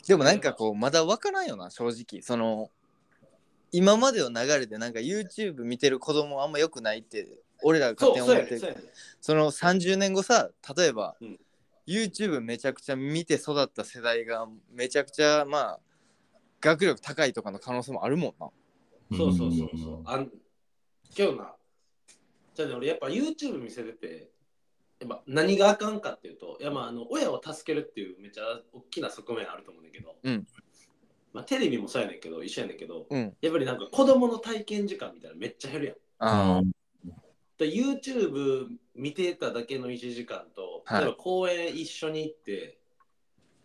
B: でもなんかこうまだ分からんよな正直その今までの流れでなんか YouTube 見てる子供あんま良くないって俺らが勝
C: そ
B: 手
C: う、
B: に
C: そ
B: 思
C: う
B: ってる
C: やねそうやね
B: その30年後さ例えば、
C: うん
B: YouTube めちゃくちゃ見て育った世代がめちゃくちゃまあ学力高いとかの可能性もあるもんな
C: そうそうそうそう。あん今日な、じゃあね、俺やっぱ YouTube 見せてて、やっぱ何があかんかっていうと、いやまああの親を助けるっていうめちゃ大きな側面あると思うんだけど、
B: うん
C: まあ、テレビもそうやねんけど、一緒やねんけど、
B: うん
C: やっぱりなんか子供の体験時間みたいなのめっちゃ減るやん。
B: あ
C: で YouTube 見てただけの1時間と、
B: はい
C: 例えば公園一緒に行って、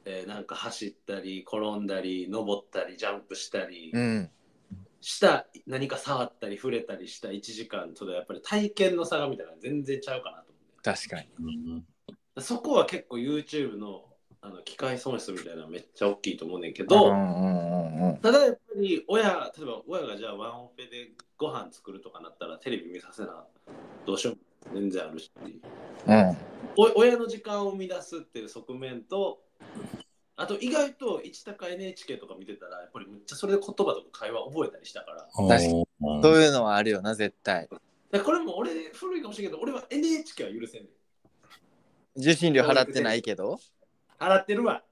C: えーなんか走ったり転んだり登ったりジャンプしたり、
B: うん
C: した何か触ったり触れたりした1時間とでやっぱり体験の差がみたいなの全然ちゃうかなと思うんだよ
B: 確かに
A: うん
C: だそこは結構 YouTube のあの機械損失みたいなのめっちゃ大きいと思うねんけ
B: うん
C: ど
B: うんうんうん
C: ただやっぱり親例えば親がじゃあワンオペでご飯作るとかなったらテレビ見させなどうしようも全然あるし
B: うん
C: お親の時間を生み出すっていう側面とあと意外と一高 NHK とか見てたらやっぱりむっちゃそれで言葉とか会話覚えたりしたから
A: 確
B: かにそういうのはあるよな絶対
C: でこれも俺古いかもしれんけど俺は NHK は許せんねん
B: 受信料払ってないけど
C: 払って るわ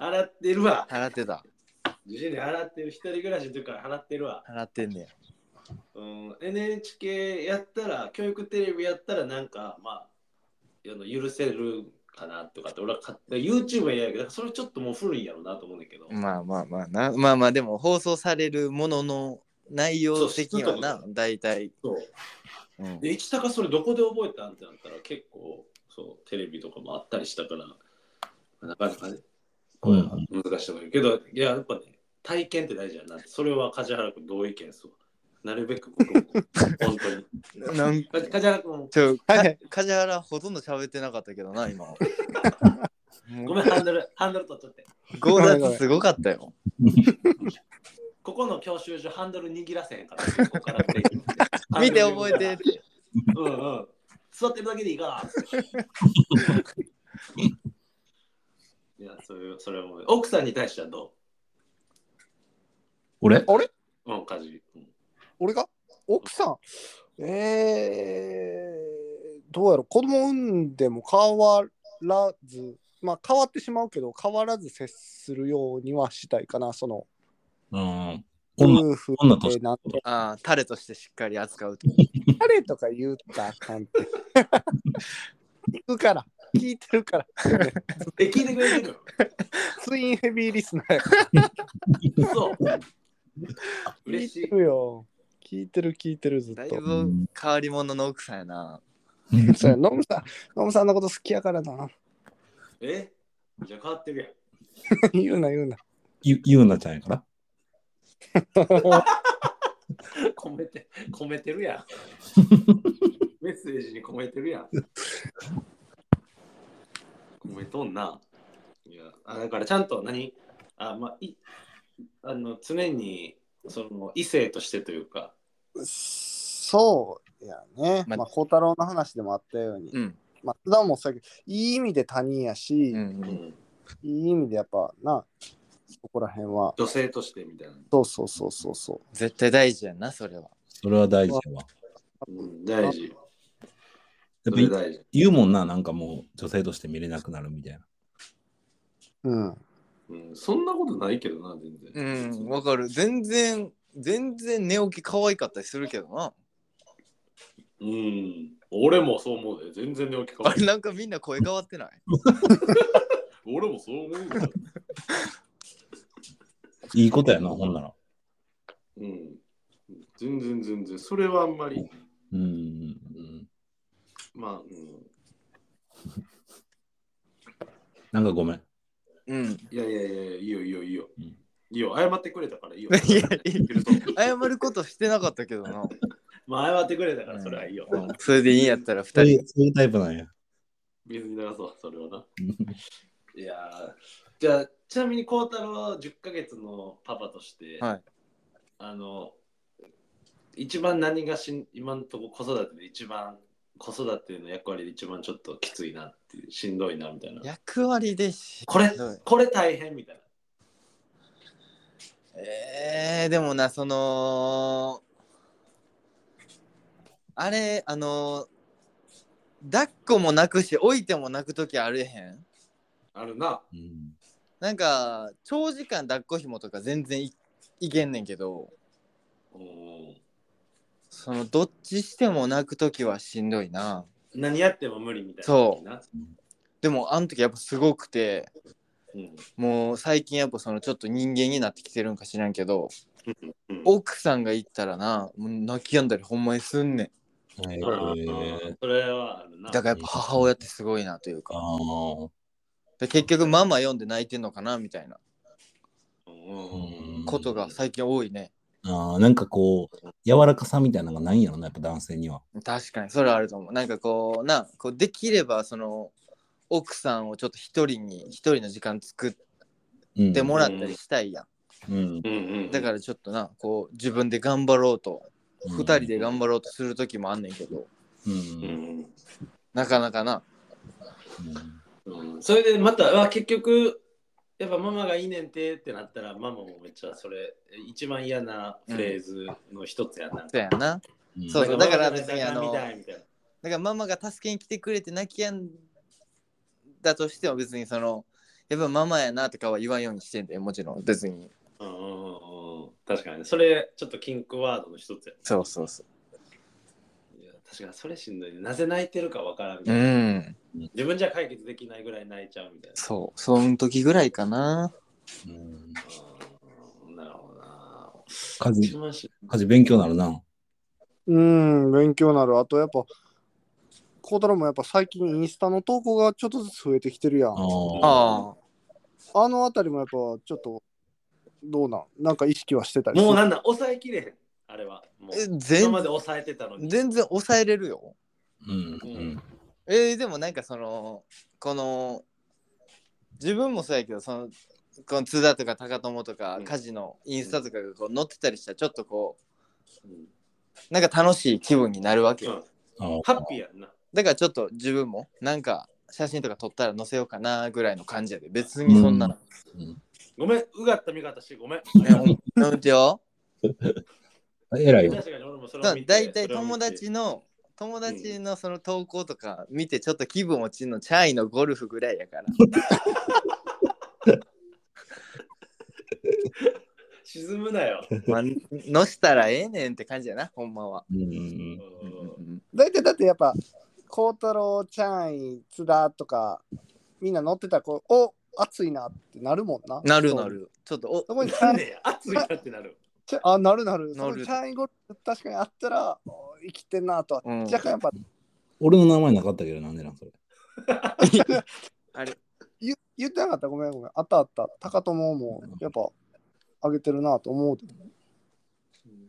C: 払ってるわ
B: 払ってた
C: 自信で払ってる一人暮らしの時から払ってるわ、
B: 払ってんねや
C: うん、NHK やったら教育テレビやったらなんかまああの許せるかなとかって俺は勝手 YouTube は嫌やけどそれちょっともう古いんやろうなと思うんだけど、
B: まあまあまあなまあまあでも放送されるものの内容的にはな
C: そう
B: 大体、
C: そう
B: うん、
C: で一高それどこで覚えたんってなったら結構そうテレビとかもあったりしたからなかなかねこれは難しいと思うけど、いややっぱね体験って大事やなそれは梶原君同意見ですわなるべく僕も本当 に
B: なん
C: か梶原君
B: ちょ、か梶原ほとんど喋ってなかったけどな、今。
C: ごめんハンドルハンドル取っちゃって
B: 強奪すごかったよ。
C: ここの教習所ハンドル握らせへ んからここからって
B: 見て覚えてって。
C: うんうん座ってるだけでいいからいやそういうそれも奥さんに対してはど
A: 俺
C: ううん梶うん
D: 俺が奥さんえー、どうやろ子供産んでも変わらずまあ変わってしまうけど変わらず接するようにはしたいかなその
A: うん。女
D: 夫婦
A: 女とし
D: でなんて
B: ああ、タレとしてしっかり扱うと。
D: 誰とか言うたらあかんって聞くから聞いてるから
C: え聞いてくれてる
D: ツインヘビーリスナーやか
C: そう
D: ら聞
C: 嬉
D: い
C: してい
D: るよ聞いてる聞いてるずっ
B: だい
D: と
B: ぶ変わり者の奥さんやな。
D: そうやノムさんノムさんのこと好きやからな
C: えじゃあ変わってるやん
D: 言うな言うな
A: ゆゆうなちゃんやから。
C: 込めて、込めてる やん。メッセージに込めてるやん。込めとんな。いや、あだからちゃんと何あ、まあ、いあの常にその異性としてというか、
D: そうやね。
B: ま
D: まあ、孝太郎の話でもあったように。
B: うん。
D: まあ、津田もそうやけど、いい意味で他人やし、
B: うん
C: う
B: うん、
C: ん、
D: いい意味でやっぱな、そこら辺は。
C: 女性としてみたいな。
D: そうそうそうそうそ
B: 絶対大事やな、それは。
A: それは大事やわ。
C: うん、大事。そ
A: や
C: れ
A: っぱ
C: 大事。
A: 言うもんな、なんかもう女性として見れなくなるみたいな。
D: う。うん。
C: うん、そんなことないけどな、全
B: う
C: 然。
B: ん、わかる。全然、全然寝起き可愛かったりするけどな。
C: うん、俺もそう思うで、全然寝起き変
B: あ
C: わらん
B: れ、なんかみんな声変わってない
C: 俺もそう思うで。
A: いいことやな、ほんなら。
C: うん。全然全然。それはあんまり。
A: うんうん。
C: まあ、うん。
A: なんかごめん。
B: うん。
C: いやいやいや、いいよいいよいいよ。
A: うん
C: いいよ、謝ってくれたからいい よ。
B: いやいい
C: ると
B: 謝ることしてなかったけどな。
C: まあ謝ってくれたからそれはいいよ。
A: うん
B: それでいいんやったら
A: そう
B: 2
A: い
B: 人。
A: うそういうタイプなんや。
C: 水に流そう、それをな。いやーじゃあ、ちなみに孝太郎は10ヶ月のパパとして、
B: はい
C: あの、一番何がしん今のとこ子育てで一番子育ての役割で一番ちょっときついなっていうしんどいなみたいな。
B: 役割でし。
C: これ
B: ひどい、
C: これ大変みたいな。
B: えー、でもな、その、あれ、あの抱っこもなくし、置いてもなくときあれへん
C: あるな。
A: うん
B: なんか、長時間抱っこ紐とか全然いいけんねんけど、
C: おー
B: その、どっちしても泣くときはしんどいな。
C: 何やっても無理みたいな。
B: そう
C: な。
B: でも、あの時やっぱすごくて、
C: うん
B: もう最近やっぱそのちょっと人間になってきてるんか知らんけど
C: うん
B: 奥さんが行ったらなもう泣き止んだりほんまにすんねん
A: はい
C: あーそれはあるな。
B: だからやっぱ母親ってすごいなという
A: あ
B: か
A: ー
B: で結局ママ読んで泣いてんのかなみたいな
C: うん
B: ことが最近多いね
A: あーなんかこう、柔らかさみたいなのがないんやろな、やっぱ男性には。
B: 確かにそれはあると思うなんかこうなこうできればその奥さんをちょっと一人に一人の時間作っ
A: うん、
B: てもらったりしたいやん、
A: うん、
C: うんうん、
B: だからちょっとなこう自分で頑張ろうと
A: うん
B: 二人で頑張ろうとする時もあんねんけど
A: うん
C: うんうん
B: なかなかな
C: うんそれでまたあ結局やっぱママがいいねんてってなったらママもめっちゃそれ一番嫌なフレーズの一つやな。
B: そうやんな
A: うん
B: そうそうだから
C: 別
B: 別
C: に
B: に
C: あ
B: あ
C: の
B: の
C: みたいな。
B: だからママが助けに来てくれて泣きやんだとしても別にそのやっぱママやなとかは言わんようにしてんだよもちろん別に
C: うんうんうんうん確かにそれちょっとキンクワードの一つや。
B: そうそうそ
C: いや確かにそれしんどいね。なぜ泣いてるかわからんみ
B: う
C: たいな。
B: ん
C: 自分じゃ解決できないぐらい泣いちゃうみたいな。
B: そうその時ぐらいかな
A: うん
C: うんなるほどな。
A: 家
C: 一
A: 事、
C: 番し
A: 家事勉強になるな。
D: うん、勉強になる。あとやっぱ、孝太郎もやっぱ最近インスタの投稿がちょっとずつ増えてきてるやん。
A: あ
D: あ
A: ー
B: あ
D: のあたりもやっぱちょっと、どうなんなんか意識はしてたりする
C: もうなんなん抑えきれへん。あれは。も
B: あ
C: う
B: え
C: 今
B: 全
C: まで抑えてたのに。
B: 全然抑えれるよ
A: うん
B: えー、でもなんかそのこの自分もそうやけどそのこの津田とか高友とか
C: うん
B: 家事のインスタとかがこう載ってたりしたらちょっとこ
C: うん
B: うなんか楽しい気分になるわけよ
A: うん
C: ハッピーやんな。
B: だからちょっと自分もなんか写真とか撮ったら載せようかなぐらいの感じやで別にそんなの、
C: ごめん、うがった見方してごめん。
B: うん、やめてよ
A: あ偉いよ。
C: 確かに俺もそれ
B: だ
C: を
B: い
C: 見て
B: たい友達。の友達のその投稿とか見てちょっと気分落ちるのチャイのゴルフぐらいや から
C: それを見て沈むなよ。
B: まあ載したらええねんって感じやなほんまは、
A: うんうん
B: うん
D: 大体だってやっぱ孝太郎ちゃんい津田とかみんな乗ってたらこうお暑いなってなるもんな
B: なるなるちょっとお
D: そこにチ
C: な
D: ャ
C: ん
D: イ
C: で熱いなってなる。
D: ちゃあなるな
B: なる
D: るそこにチャイゴルフ確かにあったらお生きてんなとは、
B: うん
D: 若干やっぱ
A: 俺の名前なかったけど、なんでなんそれ。
D: 言言ってなかったごめんごめんあったあった高友もやっぱ上げてるなと思うで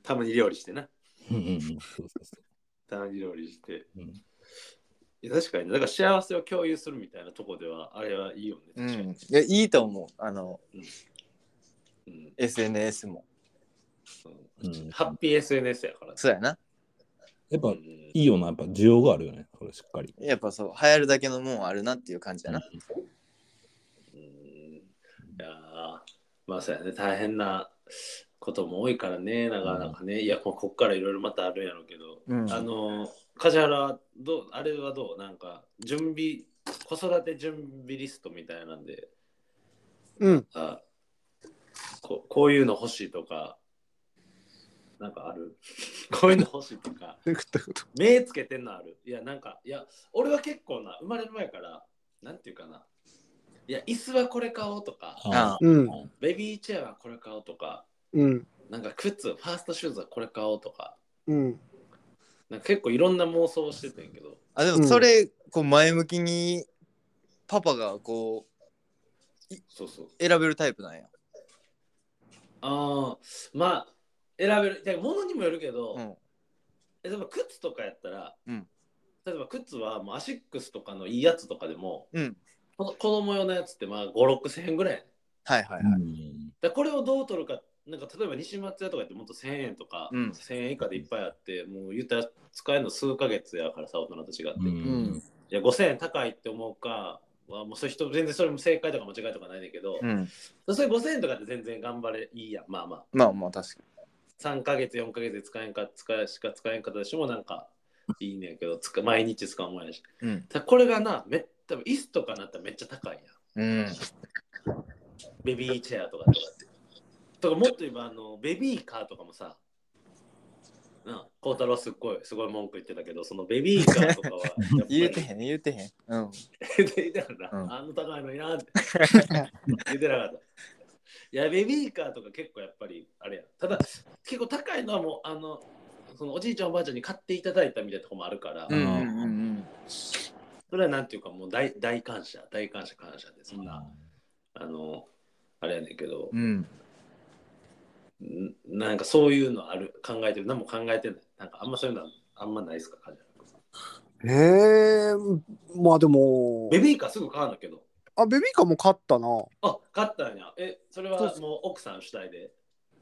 C: たまに料理してな。
A: うんうんうんそうそうそ
C: たまに料理して。
A: ううん
C: いや確かに、だから幸せを共有するみたいなとこでは、あれはいいよね。
B: う
C: 確かに
B: ん、いやいいと思うあの
C: うん
B: SNS も
A: うん
C: ハッピー SNS やから。
B: そうやな
A: やっぱ
C: う
A: い
C: ん
A: いよな、やっぱ需要があるよね、これしっかり。
B: やっぱそう流行るだけのもんあるなっていう感じやな、
C: うんいやーまあそうやね、大変なことも多いからね、なかなかね。いや、ここっからいろいろまたあるんやろうけど、
B: うん
C: あの、梶原、どうあれはどうなんか、準備、子育て準備リストみたいなんで、
D: うん
C: あここういうの欲しいとか、なんかある こういうの欲しいとか、
D: 作ったこと
C: 目つけてんのあるいや、なんか、いや、俺は結構な、生まれる前から、なんていうかな、いや、椅子はこれ買おうとか、
B: あ
D: うん
C: ベビーチェアはこれ買おうとか、
D: うん
C: なんか靴、ファーストシューズはこれ買おうとか、
D: うん
C: なんか結構いろんな妄想をしててんけど、
B: あでも
D: うん
B: それ、こう前向きにパパがこ
C: そうそう。
B: う選べるタイプなんや。
C: ああ、まあ、選べる。じゃ物にもよるけど、
B: うん。
C: 例えば靴とかやったら、
B: うん
C: 例えば靴はもうアシックスとかのいいやつとかでも、
B: うん。
C: この子供用のやつってまあ5、6千円ぐらい。だか
B: はいはいはい。
A: うん
C: らこれをどう取るか、なんか例えば西松屋とかってもっと1000円とか、
B: うん
C: 1000円以下でいっぱいあって、もう言ったら使えるの数ヶ月やからさ、大人と違って。
A: う
C: い
A: ん
C: や、5000円高いって思うか、はもうそれ人全然それも正解とか間違いとかないねんだけど、
B: うん。
C: それ5000円とかで全然頑張れいいやんまあまあ。
B: まあまあ確か
C: 3ヶ月4ヶ月で使えんか使えしか使えんかったしもなんかいいねんけどつか毎日使うもんやし
B: に。うん。
C: ただこれがなめっ多分椅子とかなったらめっちゃ高いやん
B: うん。
C: ベビーチェアとかとかってとかもっと言えばあのベビーカーとかもさな孝太郎すっごいすごい文句言ってたけどそのベビーカーとかは
B: 言うて
C: ん
B: へん、言うてへん。うん。
C: 言うてんな、
B: うん
C: あの高いのいらんって言ってなかったいやベビーカーとか結構やっぱりあれやただ結構高いのはもうあのそのおじいちゃんおばあちゃんに買っていただいたみたいなとこもあるから、
B: うんうんうんうん。
C: それはなんていうかもう大大感謝大感謝感謝でそんな、あのあれやねんけど、
B: うん。
C: んなんかそういうのある考えてる何も考えてないなんかあんまそういうのはあんまないですか梶原君
D: ええまあでも
C: ベビーカーすぐ買うんだけど
D: あベビーカーも買ったな
C: あ買ったんやえそれは
D: そうっす
C: もう奥さん主体で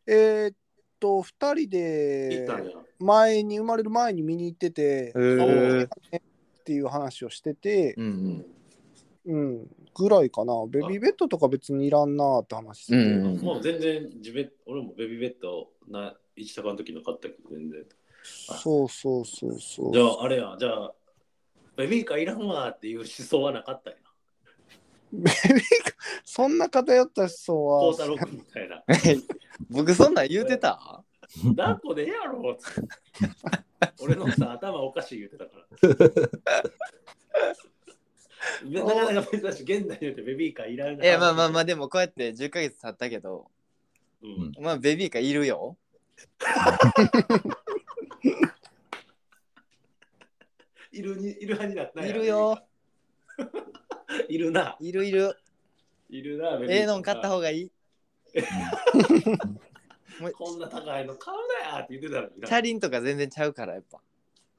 D: えーっと2人
C: 行
D: で
C: ったんや、
D: 前に生まれる前に見に行って
B: へ
D: て、
B: ー
D: っていう話をしてて、
B: う
C: うん
D: うん、ぐらいかなベビーベッドとか別にいらんなって話してて、
B: うんうん
C: もう全然自分俺もベビーベッドな一高の時なかったけど全然
D: そうそうそうそう
C: じゃああれやじゃあベビーカーいらんわっていう思想はなかったんや
D: ベビーカー そんな偏った思想
C: 孝
D: は
C: 太郎君みたいな
B: 僕そんなん言うてた
C: 抱っこでええやろつって俺のさ頭おかしい言うてたからなかなか珍しい現代によってベビーカーいらん
B: いやまあまあま
C: あ、
B: あでもこうやって10ヶ月経ったけど、
C: うん、
B: まあベビーカーいるよ。
C: いるにいる派になったんや
B: いるよ。
C: いるない
B: るいる。
C: いるなベビーカー
B: ええのん買った方がいい。もう
C: こんな高いの買うなやって言ってたのにな
B: チャリンとか全然ちゃうからやっぱ。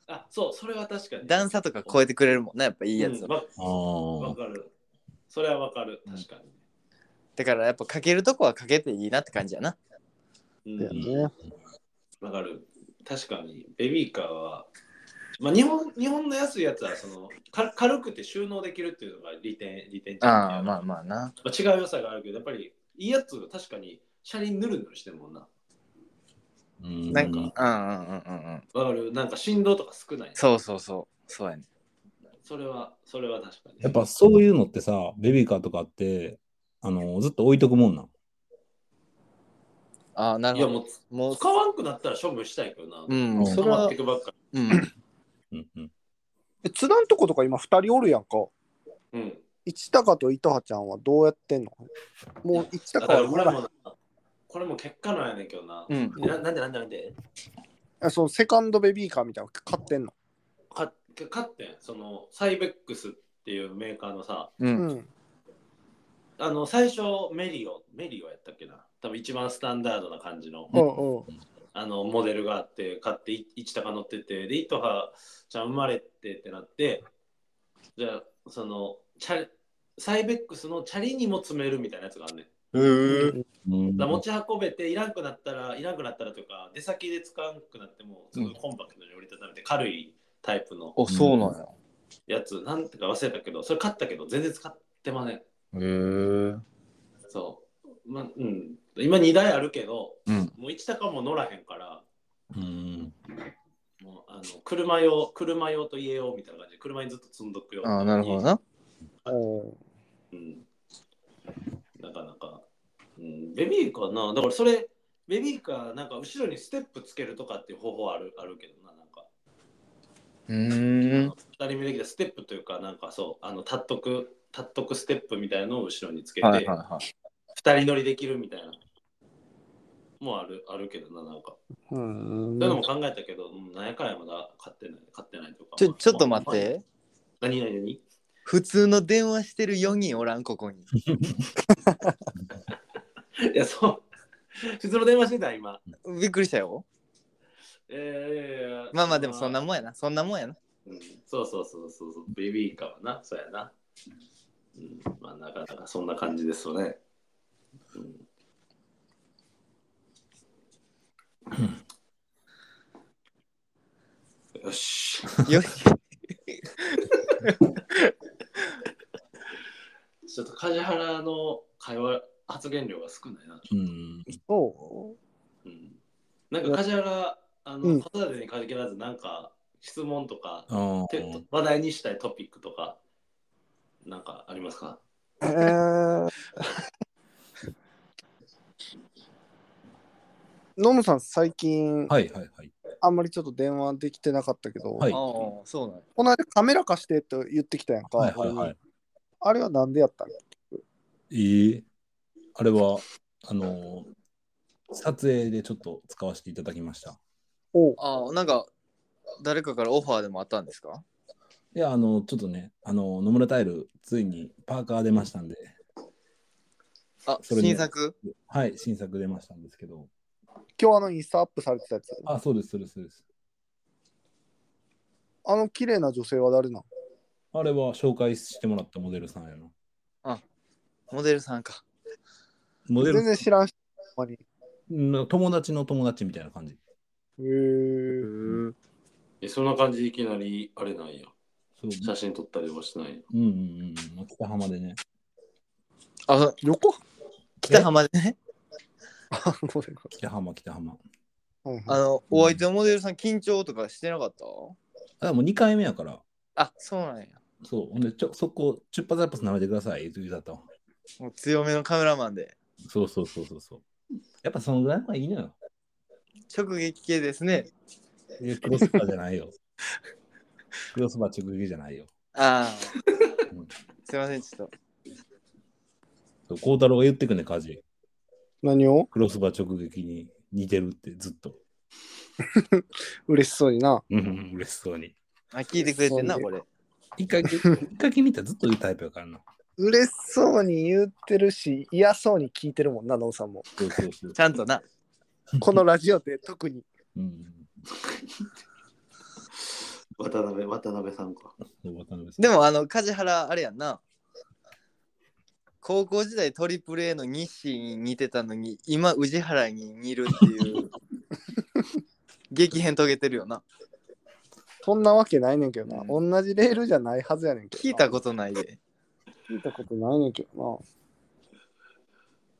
C: あそうそれは確かに
B: 段差とか超えてくれるもんな、やっぱいいやつは
C: うん。わ
A: あー
C: わかるそれはわかる
B: うん
C: 確かに、
B: だからやっぱかけるとこはかけていいなって感じやな。
C: うん
D: だよね
C: わかる確かにベビーカーは、まあ、日本日本の安いやつはそのか軽くて収納できるっていうのが利点利点
B: まあまあな。
C: まあ違う良さがあるけどやっぱりいいやつは確かに車輪ぬるぬるしてるもんな
A: うん
B: なんか、うんうんうんうんうん。
C: わかるなんか振動とか少ない
B: そうそうそう。そうやね。
C: それはそれは確かに
A: やっぱそういうのってさ、ベビーカーとかって、あのずっと置いとくもんなん。
B: ああ、ないる
C: や
B: ほど。
C: も
B: も
C: う
B: う、
C: 使わんくなったら処分したいけどな、
B: うん、そ
C: 止
B: れ
C: まっ
B: は
C: て、くばっか
B: うん、
A: うんうん、
D: え津田んとことか今2人おるやんか
C: りうん
D: 一高と糸葉ちゃんはどうやってんのもう一
C: だ
D: 高
C: から
D: は
C: こ
D: 売
C: れ
D: らない
C: もこれも結果なんやねんけどな、
B: うん。
C: ななんでなんでなんで
D: あそのセカンドベビーカーみたいなの買ってんの
C: か買ってんそのサイベックスっていうメーカーのさ
B: う。
D: うんん
C: あの最初メリオメリオやったっけな多分一番スタンダードな感じの、
D: うんうん
C: あのモデルがあって買ってい一高乗っててで糸葉ちゃん生まれてってなってじゃあそのチャリサイベックスのチャリにも詰めるみたいなやつがあんねん
B: うん。
A: うん
C: だから持ち運べていらんくなったらいらんくなったらとか出先で使わんくなってもすごいコンパクトに折りたためて軽いタイプの
B: お、そうなんや。
C: やつなんてか忘れたけどそれ買ったけど全然使ってません
B: へえ。
C: そう、まあうん、今2台あるけど
B: うん。
C: もう1高も乗らへんから
A: うん
C: もうあの車用車用と家用みたいな感じで車にずっと積んどくよ
B: ああ、なるほど、な。
D: お
C: うん、なかなか、うん、ベビーカーなだからそれベビーカーなんか後ろにステップつけるとかっていう方法あるあるけどななんか
B: うーん。
C: 2人目できたステップというかなんかそうあの立っとく立っとくステップみたいのを後ろにつけて、
B: はいはいはい。
C: 二人乗りできるみたいな。もうあるあるけどな、なんか。
D: ーうん
C: そういうのも考えたけど、うん、何やかんやまだ買ってない、買ってないとか。
B: ちょ、ちょっと待っ
C: まあ。
B: て。
C: まあ何 々に
B: 普通の電話してる4人おらん、ここに。
C: いや、そう。 普通の電話してた、今。
B: びっくりしたよ。
C: ええ
B: まあまあでもそんなもんやな。そんなもんやな。
C: うんそうそうそうそうそう、ベビーカーはな、そうやな。うん、まあなかなかそんな感じですよね。うんよし。
B: よ
C: ちょっと梶原の会話発言量が少ないな。
A: うん。
D: そ
C: うん、なんか梶原、あの、
D: うん
C: 子育てに限らず、なんか質問とか、
A: あ
C: て
A: ー
C: 話題にしたいトピックとか、なんかありますか
D: う。えー、ノムさん、最近、
A: はいはいはい。
D: あんまりちょっと電話できてなかったけど、
A: はい
B: ああ、そうなんや
D: この間カメラ貸してと言ってきたやんか。
A: はいはいはい。
D: あれはなんでやったの
A: えーあれは、あのー撮影でちょっと使わせていただきました。
D: おう
B: ああ、なんか、誰かからオファーでもあったんですか
A: いや、あの、ちょっとね、あの、野村タイル、ついにパーカー出ましたんで、
B: あ、
A: それね
B: 新作
A: はい、新作出ましたんですけど、
D: 今日あのインスタアップされてたやつ。
A: あ、そうです、そうです、そうです。
D: あの綺麗な女性は誰なの
A: あれは紹介してもらったモデルさんやな。
B: モデルさんか。
A: モデル
D: 全然知らん人。ほんまに
A: の友達の友達みたいな感じ。
D: へー
C: えそんな感じでいきなりあれなんや。
A: そう、
C: 写真撮ったりもしないの。
A: うんうんうん、北浜でね。
B: あ、そう
D: 横
B: 北浜でね。
D: あごめん
A: 北浜、北浜。
D: ごめんうん
B: あの、お相手のモデルさん緊張とかしてなかった
A: あ、でも2回目やから、
B: あ、そうなんや。
A: そう、ほんで、ちょ、そこ、チュッパザッパス舐めてください、って言うたと。
B: もう強めのカメラマンで。
A: そうそうそうそうそう。やっぱそのぐらいの方がいいのよ。
B: 直撃系ですね。
A: いやクロスバーじゃない よ。クロスバー直撃じゃないよ。
B: ああ
A: うん。
B: すいません、ちょっと。
A: そう孝太郎が言ってくんね、カジ。
D: 何を
A: クロスバー直撃に似てるってずっと。
D: 嬉しそうにな。
A: うんうん、嬉しそうに。
B: あ、聞いてくれてんな、
D: そうね
B: これ。
A: 一回、 一回君見たらずっと言うタイプやからな。
D: 嬉しそうに言ってるし、嫌そうに聞いてるもんな、ノンさんも。
A: そうそうそう
B: ち。ゃんとな。
D: このラジオで特に。
A: うん。
C: 渡辺、渡辺さんか。
A: そう渡辺さん
B: でも、あの、梶原、あれやんな。高校時代トリプル A の西に似てたのに、今、宇治原に似るって いう。激変遂げてるよな。
D: そんなわけないねんけどな。
B: う
D: 同じレールじゃないはずやねんけどな。
B: 聞いたことないで。
D: 聞いたことないねんけどな。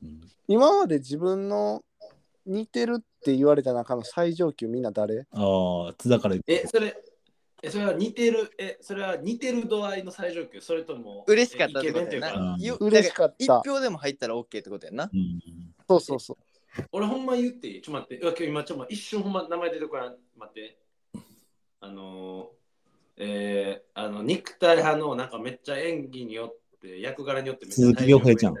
A: うん
D: 今まで自分の似てるって言われた中の最上級みんな誰
A: ああ、津田から言って
C: え、それ、え、それは似てる、え、それは似てる度合いの最上級、それとも、
B: 嬉しかったっ
C: え
B: て
C: イケ
B: こ
C: メン
B: と
C: とい
B: や
C: うか、
A: うん
B: な。よ
D: 嬉しかった
B: だら一票でも入ったら OK ってことやんな。
A: うん
D: そうそうそう。
C: 俺ほんま言っていいちょっと待って、うわ今日今ちょっと待って一瞬ほんま名前出てこない。待って。あのー、えー、あの、肉体派のなんかめっちゃ演技によって、役柄によってめっちゃ
A: 鈴木亮平ちゃん。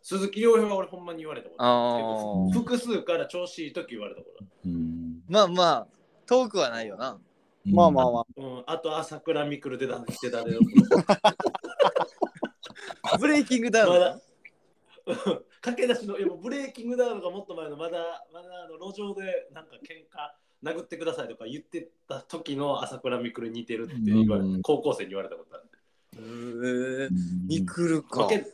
A: 鈴
C: 鈴木亮平は俺ほんまに言われたことない
B: あ
A: ー
C: 結構複数から調子いい時言われたことある。
A: うん。
B: まあまあ、遠くはないよな。
D: まあまあ
A: あ。
D: ま
C: うん、あと朝倉未来出た出たで
B: ブレイキングダウン。
C: まだ 駆け出しのいやもうブレーキングダウンがもっと前のまだまだあの路上でなんか喧嘩殴ってくださいとか言ってた時の朝倉未来に似てるって言われ、
A: うん
C: 高校生に言われたことある。
B: へー
A: うん
B: に来る
C: ま
B: か。
C: あけ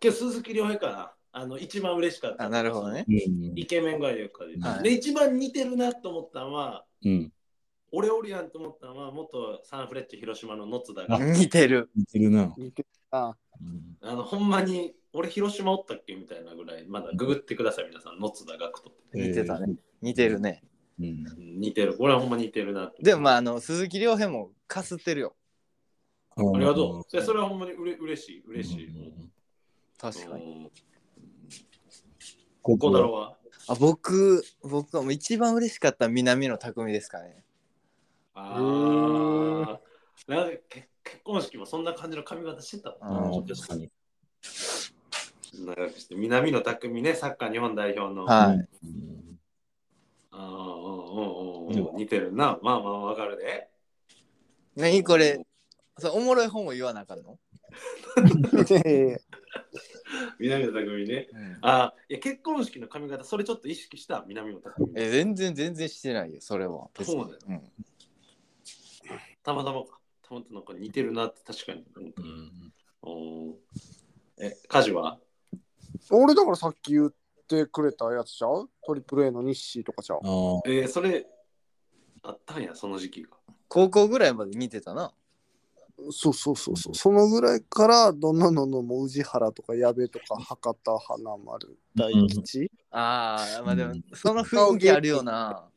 C: けど鈴木亮平かなあの一番嬉しかった
B: あ、なるほどね。
A: うん
C: イケメンがいうかで,、
A: はい
C: で一番似てるなと思ったのは
A: うん。
C: 俺おりやんと思ったのは元サンフレッチェ広島の野津田が
A: あ
B: 似てる。
A: 似てるな
D: あ。。似てるな。
A: うん
C: あのほんまに俺広島おったっけみたいなぐらいまだググってください皆さん野津田学徒って
B: 似てたね。似てるね。
A: うん。
C: うん似てるこれはほんま似てるなと
B: でもまあ、あの、鈴木亮平もかすってるよ。
A: あ
C: ありがとうそれそ
A: れ
C: れはほんまにうれ嬉しい嬉しい、
B: 確かに。
C: に
A: こ
C: こうだろうは
B: あ、僕、僕はもう一番嬉しかった南野匠ですかね。
C: あ
D: ー
C: ーなんかけ結婚式もそんな感じの髪型してた
B: あ
C: もん
B: ー
A: 確かに。
C: 長くして南野拓実ねサッカー日本代表の、
B: は
A: う
B: い。
A: んうん
C: あーうんうんうんうん似てるなまあまあわかるで
B: 何これ、そうおもろい本を言わなあかんの
D: いやいやいや
C: 南野匠ね。
B: うん
C: あいや結婚式の髪型、それちょっと意識した南野匠。
B: え全然全然してないよそれは別に
C: そうだよ
B: うん
C: たまたまか。たまたまなんか似てるなって確かに思った。
A: うん
C: うんえ、家事は
D: 俺だからさっき言ってくれたやつちゃうトリプル A の日誌とかちゃう
A: あー
C: えーそれ、あったんや、その時期が。
B: 高校ぐらいまで似てたな
D: そうそうそうそう。そのぐらいから、どんなののも宇治原とか矢部とか博多花丸大吉、
B: ああまあでも
A: うん
B: その雰囲気あるよな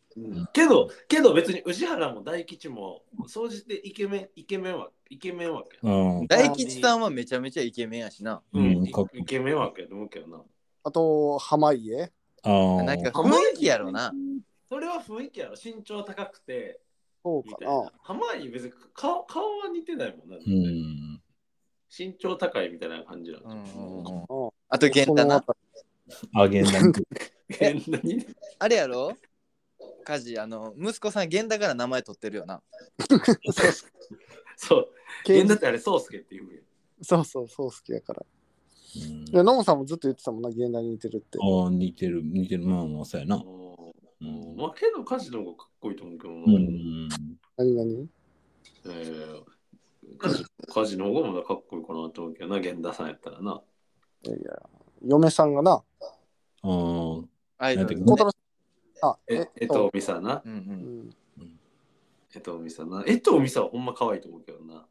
C: けど、けど別に宇治原も大吉も、総じてイケメン、イケメンは、イケメン枠や。
A: うん
B: 大吉さんはめちゃめちゃイケメンやしな
A: う
C: うんん、イイケメン枠やと思うけどな。
D: あと濱家。
A: あー
B: なんか雰囲気やろな
C: それは雰囲気やろ、身長高くて、
D: そう
C: み
D: か
C: たい
D: な
C: な。。濱家別に顔顔は似てないもんな、
A: うん
C: 身長高いみたいな感じな
B: う
C: の。
B: んうんうん
D: うん
B: あと源太な
D: こ
A: あげない
C: え、何
B: あれやろ家事あの息子さん源太から名前取ってるよな
D: の後そうそう
C: そう、
D: 刑
C: 現だ
D: 事
C: ってあれ、宗介っていう。
D: そうそう、そう好きやから。
A: うん
D: いや、ノンさんもずっと言ってたもんな、現代に似てるって。
A: ああ、似てる、似てる。まあまあ、そうやな。う
C: うんん。まあ、けど、家事の方がかっこいいと思うけどな。
A: うん。
D: 何何
C: えー家事家事の方がまだかっこいいかなと思うけどな、源田さんやったらな。
D: いやいや、嫁さんがな、
A: ああ、
B: アイドル
A: う
B: の
A: ん
B: ね
D: 小太郎さん。あ、
C: え、江藤美沙な
B: う。んう
D: うんん
C: 江藤美沙な。江藤美沙はほんま可愛いと思うけどな。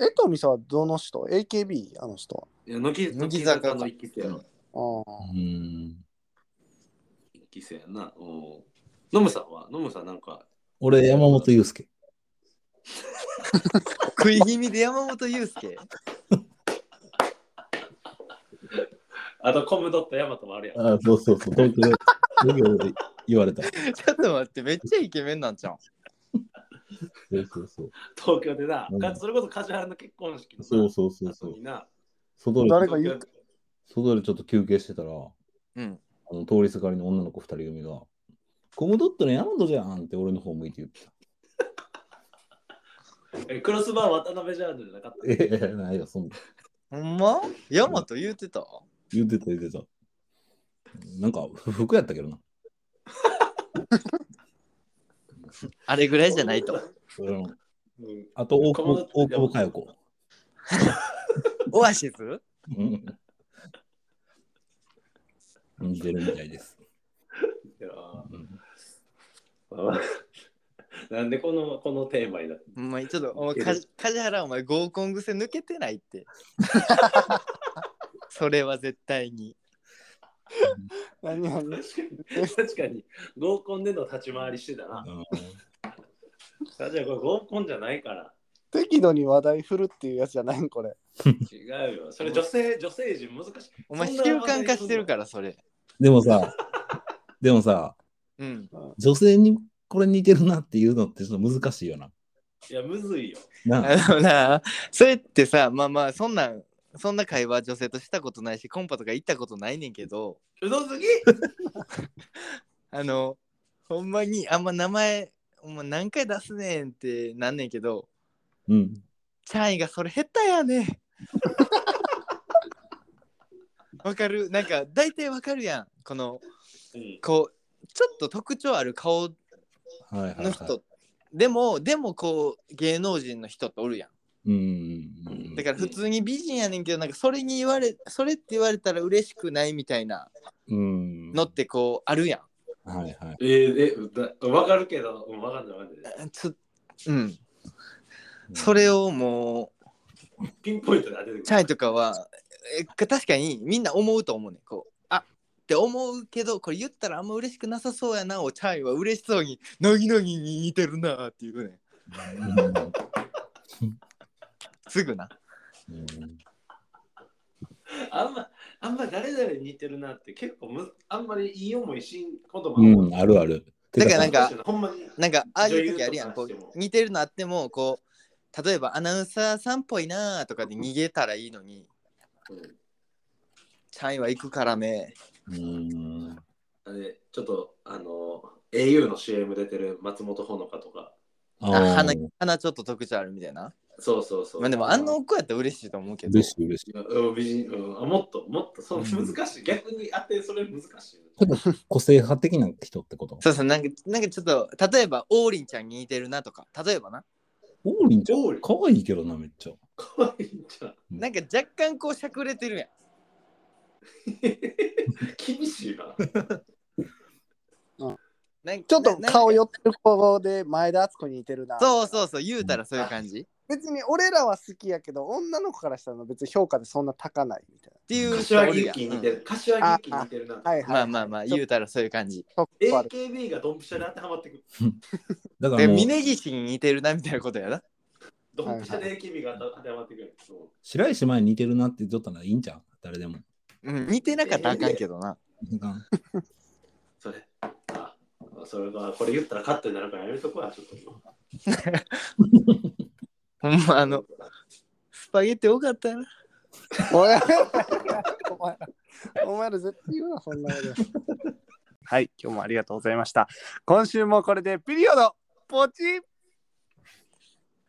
D: 江藤美沙はどの人 ?AKB? あの人は。
C: いや、乃木
B: 乃
C: 乃
B: 木
C: 木
B: 坂
C: 坂の一期生やろ。
D: あ
A: うん。
C: 一期生やな。うん。ノムさんはノムさんなんか。
A: 俺、山本祐介。
B: 食い気味で山本裕介
C: あと、コムドットヤマトもあるやん。
A: ああ、そうそうそう。東京で、東京で言われた。そ
B: ちょっと待ってめっちゃイケメンなんじゃん
A: うそうそう。
C: 東京でな
A: う。ん
C: かそれこそ梶原の結婚式の
A: そう
C: そ
A: そうそうそ
C: 後
A: う
C: に。な。
A: 外で、
D: 誰が言う
C: 東京
A: 外でちょっと休憩してたら、
B: うん
A: あの通りすがりの女の子二人組が、コムドットの山本じゃんって俺の方向いて言ってた。
C: えクロスバー渡辺ジャーヌじゃなかった。
A: ええ、ないよ、そんな。
B: ほんまヤマト言うてた
A: 言ってた、言ってた。なんか、不服やったけどな。
B: あれぐらいじゃないと。
A: 俺の
C: うん
A: あと、大久
C: コムドッ
A: 保
C: ト
A: 大久保佳代子。
B: オアシス
A: うん似てるみたいです。
C: いやー
A: うん
C: まあ なんでこのこのテーマになった
B: お前ちょっとお前か梶原お前合コン癖抜けてないって それは絶対に
D: あ。何何
C: 確かに確かに合コンでの立ち回りしてたな。じゃあこれ合コンじゃないから。
D: 適度に話題振るっていうやつじゃないんこれ。
C: 違うよ。それ女性女性陣難しい。
B: お前習慣化してるからそれ
A: でもさ、でもさ、
B: うん
A: 女性にこれ似てるなっていうのってちょっと難しいよな。
C: いやむずいよ。
A: なあ
B: あのなそれってさまあまあそんなんそんな会話女性としたことないしコンパとか行ったことないねんけど
C: うどすぎ。
B: あのほんまにあんま名前お前何回出すねんってなんねんけど
A: うん。
B: チャイがそれ下手やねん わかるなんか大体わかるやんこの
C: うん。
B: こうちょっと特徴ある顔
A: はいはい、
B: の
A: は
B: 人でもでもこう芸能人の人っておるやん
A: い。うん。
B: だから普通に美人やねんけどなんかそれに言われそれって言われたら嬉しくないみたいな
A: うん。
B: のってこうあるや
A: はいはい。
C: えー、えだわかるけど、うん、わかんないわかんない。
B: ん。つうん、それをも
C: ピンポイントで当ててく
B: う
C: る。
B: チャイとかはえ確かにみんな思うと思うねんこうあって思うけどこれ言ったらあんま嬉しくなさそうやなをチャイは嬉しそうに「なぎなぎに似てるな」っていうねんすぐな
A: うん。
C: あんまあんま誰々に似てるなって結構むあんまりいい思いしんことも
A: うん、うんあるある。
B: だからなんか
C: ほんまに。
B: なんかああいう時あるやんこ
C: 女優とかし
B: う
C: ても
B: 似てるのあってもこう例えばアナウンサーさんっぽいなとかで逃げたらいいのに
C: うん
B: チャイは行くからね
A: うん。
C: あれちょっとあの au の CM 出てる松本穂香とか
A: あ
B: あ
A: ー
B: 鼻鼻ちょっと特徴あるみたいな
C: そうそうそう。
B: まあでもあの子やったら嬉しいと思うけど
A: 嬉しい嬉しい。
C: うん美人、うん、あもっともっとそう
A: うん
C: 難しい。逆に当てそれ難しいよね。
A: 個性派的な人ってこと
B: そうそうなんかなんかちょっと例えば王林ちゃんに似てるなとか例えばな
A: 王林ちゃん、
C: ゴール
A: 可愛いけどな、めっちゃ。
C: 可愛いんじゃん。
B: なんか若干こうしゃくれてるやん
C: 厳しいな。
B: なんか
D: ちょっと
B: ななんか
D: 顔寄ってる子で前田敦子に似てるな。
B: そうそうそう言うたらそういう感じ、っ
D: 別に俺らは好きやけど、女の子からしたら別に評価でそんな高ないみたい
B: ていう人お
C: 柏木
B: る
C: 由
B: やん、
C: 紀に似てる。柏木由紀に似てるな。
D: な。はいはい。
B: まあまあまあ言うたらそういう感じ
D: トップある
C: AKB がドンピシャで当てはまってくる。
A: だから
B: で
A: もう、
B: 峯岸に似てるなみたいなことやな
C: ドンピシャで AKB が当てはまってくる。そう
A: 白石麻衣似てるなって言っとったらいいんじゃん誰でも。
B: うん似てなかったらあかんけどな
A: いかん
C: それ。あそれがこれ言ったらカットになるからやめとこうや、ちょっと。
B: ほんまあのスパゲッティ多かったよな
D: おいお前ら、お前ら絶対言うな、そんなこと。はい、今日もありがとうございました。今週もこれでピリオド、ポチッ